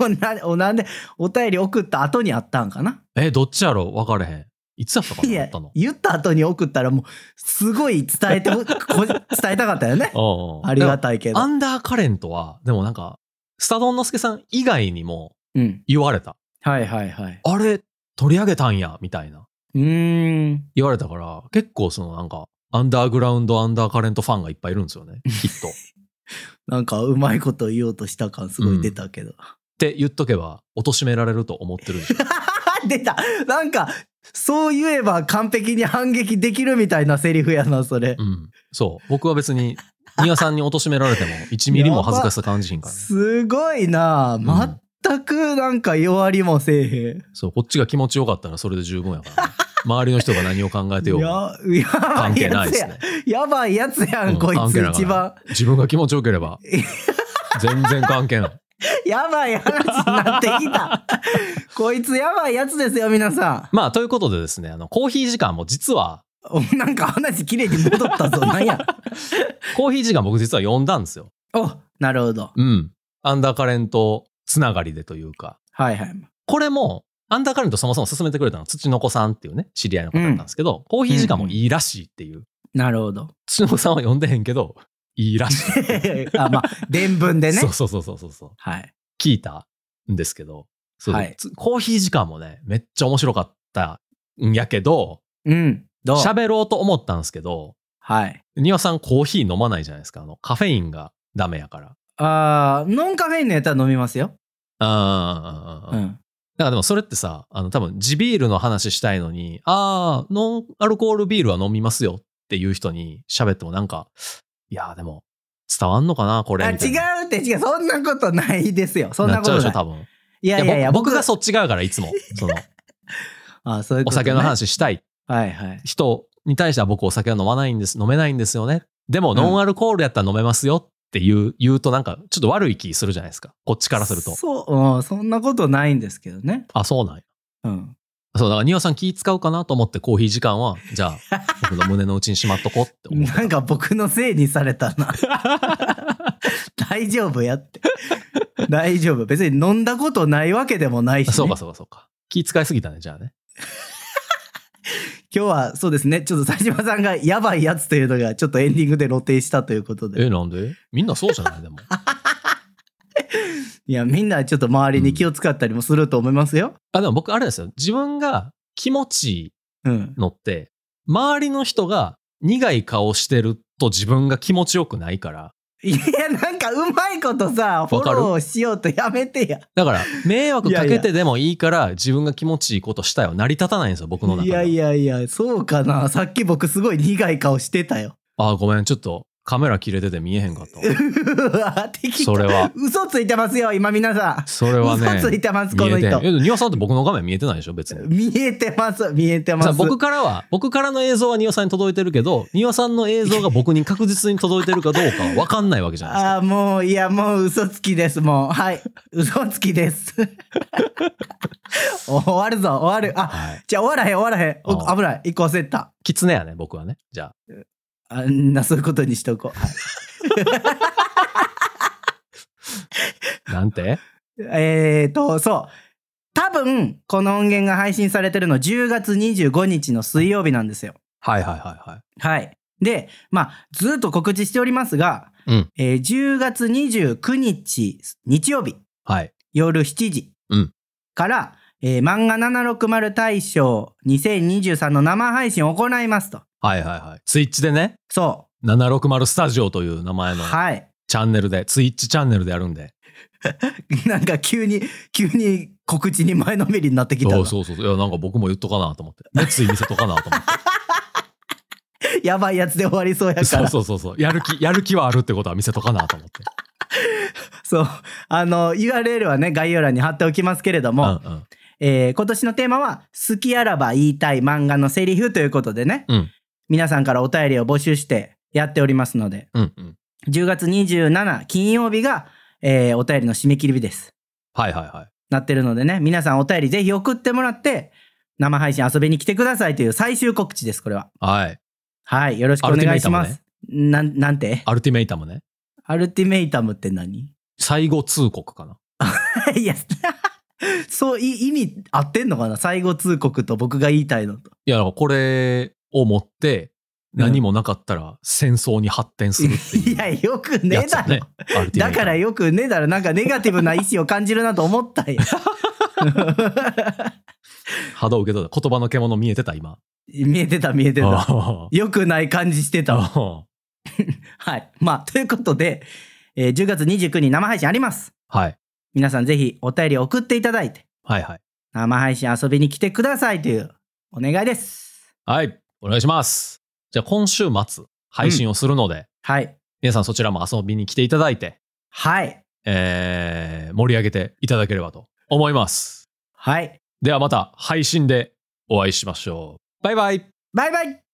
Speaker 2: うな おなんで、お便り送った後にあったんかな
Speaker 1: え、どっちやろ分かれへん。いつやったか
Speaker 2: い
Speaker 1: なやっ
Speaker 2: や
Speaker 1: たの。、
Speaker 2: 言った後に送ったらもう、すごい伝えてほ、こ伝えたかっ たよね。
Speaker 1: うんうん
Speaker 2: ありがたいけ
Speaker 1: で
Speaker 2: ど
Speaker 1: もア。ンダーカレントは、でもなんか、スタドンのすけさん以外にも
Speaker 2: うん。
Speaker 1: 言われた。
Speaker 2: はいはいはい。
Speaker 1: あれ、取り上げたんや、みたいな。
Speaker 2: うーん。
Speaker 1: 言われたから、結構そのなんか、アンダーグラウンド、アンダーカレントファンがいっぱいいるんですよね、き っと。っ
Speaker 2: なんかうまいこと言おうとした感すごい出たけど。
Speaker 1: て言っとけば、貶められると思ってるんでしょ。
Speaker 2: 出たなん か、そう言えば完璧に反撃できるみたいなセリフやな、それ。
Speaker 1: うん。そう。僕は別に、庭さんに貶められ ても、1ミリも恥ずかしさ感じひんから、ね。
Speaker 2: すごいな
Speaker 1: うん
Speaker 2: 全くなんか弱りもせえへん。
Speaker 1: そう、こっちが気持ちよかったらそれで十分やからね、周りの人が何を考えてようが
Speaker 2: や、やば
Speaker 1: 関
Speaker 2: い
Speaker 1: 係
Speaker 2: や
Speaker 1: ない
Speaker 2: つ
Speaker 1: です
Speaker 2: や。
Speaker 1: ね。
Speaker 2: やばいやつや
Speaker 1: うん
Speaker 2: ん、こい
Speaker 1: 関
Speaker 2: つ
Speaker 1: 係ない
Speaker 2: 一番。
Speaker 1: 自分が気持ちよければ、全然関係ない。
Speaker 2: やばい話になってき た。こいつやばいやつですよ、皆さ
Speaker 1: まあ、ということでですね、あの、コーヒー時間も実は、
Speaker 2: ん。なんか話綺麗に戻ったぞ、 なんや。
Speaker 1: コーヒー時間僕実は呼んだんですよ。
Speaker 2: お、なるほど。
Speaker 1: うん。アンダーカレントつながりでというか、
Speaker 2: はいはい。
Speaker 1: これも、アンダーカレントそもそも勧めてくれたのは土の子さんっていうね、知り合いの方だったんですけど、コーヒー時間もいいらしいっていう。
Speaker 2: なる ほど。
Speaker 1: 土の子さんは呼んでへんけど、いいらしい。
Speaker 2: あ、まあ、伝聞 でね
Speaker 1: そう。そうそうそうそうそう。
Speaker 2: はい。
Speaker 1: 聞いたんですけど、そう
Speaker 2: はい
Speaker 1: つコーヒー時間もね、めっちゃ面白かったんやけど、
Speaker 2: うん。どう
Speaker 1: 喋ろうと思ったんですけど、
Speaker 2: はい。
Speaker 1: 庭さんコーヒー飲まないじゃないですか。あの、カフェインがダメやから。
Speaker 2: あーノンカフェインのやったら飲みますよ。
Speaker 1: ああ、だ
Speaker 2: う
Speaker 1: か
Speaker 2: ん。
Speaker 1: らでもそれってさ、あの多分地ビールの話したいのに、ああ、ノンアルコールビールは飲みますよっていう人に喋ってもなんか、いやーでも伝わんのかなこれ
Speaker 2: あ、違
Speaker 1: みたいな。
Speaker 2: うって違う。そんなことないですよ。そんな
Speaker 1: っ
Speaker 2: こ
Speaker 1: ちゃう
Speaker 2: と
Speaker 1: でし
Speaker 2: な
Speaker 1: ょ、多
Speaker 2: い。
Speaker 1: 分。
Speaker 2: いやいやいや、
Speaker 1: 僕僕が
Speaker 2: そ
Speaker 1: そっち側からいつ も、その、
Speaker 2: あそういう
Speaker 1: お
Speaker 2: ことね
Speaker 1: 酒の。話したい
Speaker 2: はいはい。
Speaker 1: 人に対しては僕お酒は飲まないんです、飲めないんですよね。でもノンアルコールやったら飲めますよっていう、言うとなんかちょっと悪い気するじゃないですか。こっちからすると。
Speaker 2: そう、うん、そんなことないんですけどね。
Speaker 1: あ、そうなんや。
Speaker 2: うん。
Speaker 1: そう、だから、ニオさん気使うかなと思ってコーヒー時間は、じ ゃあ、僕の胸の内にしまっとこうって思ってた
Speaker 2: なんか僕のせいにされた な。大丈夫やって。大丈夫。別に飲んだことないわけでもないし、
Speaker 1: あ
Speaker 2: ね。
Speaker 1: そうか、そうか、そうか。気使いすぎたね、じゃあね。
Speaker 2: 今日はそうですね、ちょっと佐島さんがやばいやつというのが、ちょっとエンディングで露呈したということで。
Speaker 1: え、なんでみんなそうじゃないでも。
Speaker 2: いや、みんなちょっと周りに気を使ったりもすると思いますよ。
Speaker 1: あ、でも僕、あれですよ。自分が気持ちいい
Speaker 2: うん。
Speaker 1: のって、周りの人が苦い顔してると自分が気持ちよくないから。
Speaker 2: いや、なんかうまいことさ、フ
Speaker 1: かる
Speaker 2: ォローしようとやめてや。
Speaker 1: だ から、迷惑か
Speaker 2: いや
Speaker 1: け
Speaker 2: いや
Speaker 1: てでもいいから、自分が気持ちいいことしたよ。成り立たないんですよ、僕の中
Speaker 2: い
Speaker 1: では。
Speaker 2: やいやいや、そうかな。さっき僕すごい苦い顔してたよ。
Speaker 1: あ、ごめん、ちょっとカメラ切れてて見えへんか ったわ。
Speaker 2: うわ、敵
Speaker 1: それは。
Speaker 2: 嘘ついてますよ、今皆さん。
Speaker 1: それはね。
Speaker 2: 嘘ついてます、こ
Speaker 1: 見
Speaker 2: の
Speaker 1: えてん
Speaker 2: 人。
Speaker 1: え庭さんって僕の画面見えてないでしょ別に
Speaker 2: 見えてます、見えてま
Speaker 1: さあ
Speaker 2: す。
Speaker 1: 僕からは僕からの映像は庭さんに届いてるけど庭さんの映像が僕に確実に届いてるかどうかは分かんないわけじゃないですか
Speaker 2: ああー、もう、いや、もう嘘つきです、もう。 はい。嘘つきです。 終わるぞ、終わる。あ、
Speaker 1: はい
Speaker 2: じゃあ終わらへん、終わらへん。お
Speaker 1: あー
Speaker 2: 危ない。一個焦った。
Speaker 1: 狐やね僕はねじゃ
Speaker 2: あんな、そういうことにしとこう。はい
Speaker 1: あなん て
Speaker 2: えーと、そう。多分、この音源が配信されてるの10月25日の水曜日なんですよ。
Speaker 1: はいはいはいはい
Speaker 2: はい。で、まあ、ずっと告知しておりますが、
Speaker 1: うん
Speaker 2: えー10月29日、日曜日、
Speaker 1: はい
Speaker 2: 夜7時
Speaker 1: うん
Speaker 2: から、えー漫画760大賞2023の生配信を行いますと。
Speaker 1: はいはいはいツイッチでね
Speaker 2: そ
Speaker 1: 760スタジオという名
Speaker 2: う。
Speaker 1: 前の
Speaker 2: はい。
Speaker 1: チャンネルでツイッチチャンネルでやるんで
Speaker 2: なんか急に、急に告知に前のめりになってきたな
Speaker 1: そうそうそういやなんか僕も言っとかなと思 って熱意見せとかなと思っ
Speaker 2: やばいやつで終わりそうやか
Speaker 1: て
Speaker 2: ら。
Speaker 1: そうそうそうそうやる気やる気はあるってことは見せとかなと思って
Speaker 2: そう。あの、URL はね、概要欄に貼っておきますけれど
Speaker 1: う
Speaker 2: も、
Speaker 1: んうん
Speaker 2: えー今年のテーマは、好きあらば言いたい漫画のセリフということでね、
Speaker 1: うん
Speaker 2: 皆さんからお便りを募集してやっておりますので、
Speaker 1: うんうん
Speaker 2: 10月27金曜日が、えーお便りの締め切り日です。
Speaker 1: はいはいはい
Speaker 2: なってるのでね、皆さんお便りぜひ送ってもらって、生配信遊びに来てくださいという最終告知です、これは。
Speaker 1: はい
Speaker 2: はい、よろしくお願いします。なん、なんて
Speaker 1: アルティメイタムね。
Speaker 2: アルティメイタムって何
Speaker 1: 最後通告かな。
Speaker 2: いや、 そう、い意味合ってんのかな最後通告と僕が言いたいのと。
Speaker 1: いや、だからこれを持って、何もなかったら戦争に発展するっていう
Speaker 2: いや、よくね
Speaker 1: や
Speaker 2: え
Speaker 1: つ
Speaker 2: だ
Speaker 1: だ
Speaker 2: ろ
Speaker 1: ね。。アルティメイタム
Speaker 2: だからよくねえだろ。なんかネガティブな意思を感じるなと思ったんや。
Speaker 1: 波動受け取った。言葉の獣見えてた、今。
Speaker 2: 見えてた 見えてた。
Speaker 1: あ
Speaker 2: 良くない感じしてたわ。
Speaker 1: ー
Speaker 2: はい。まあ、ということで、えー10月29日生配信あります。
Speaker 1: はい。
Speaker 2: 皆さんぜひお便り送っていただいて、
Speaker 1: はいはい。
Speaker 2: 生配信遊びに来てくださいというお願いです。
Speaker 1: はい。お願いします。じゃあ、今週末、配信をするので、
Speaker 2: はい。
Speaker 1: 皆さんそちらも遊びに来ていただいて、
Speaker 2: はい。
Speaker 1: えー、盛り上げていただければと思います。
Speaker 2: はい。
Speaker 1: ではまた配信でお会いしましょう。バイバイ
Speaker 2: バイバイ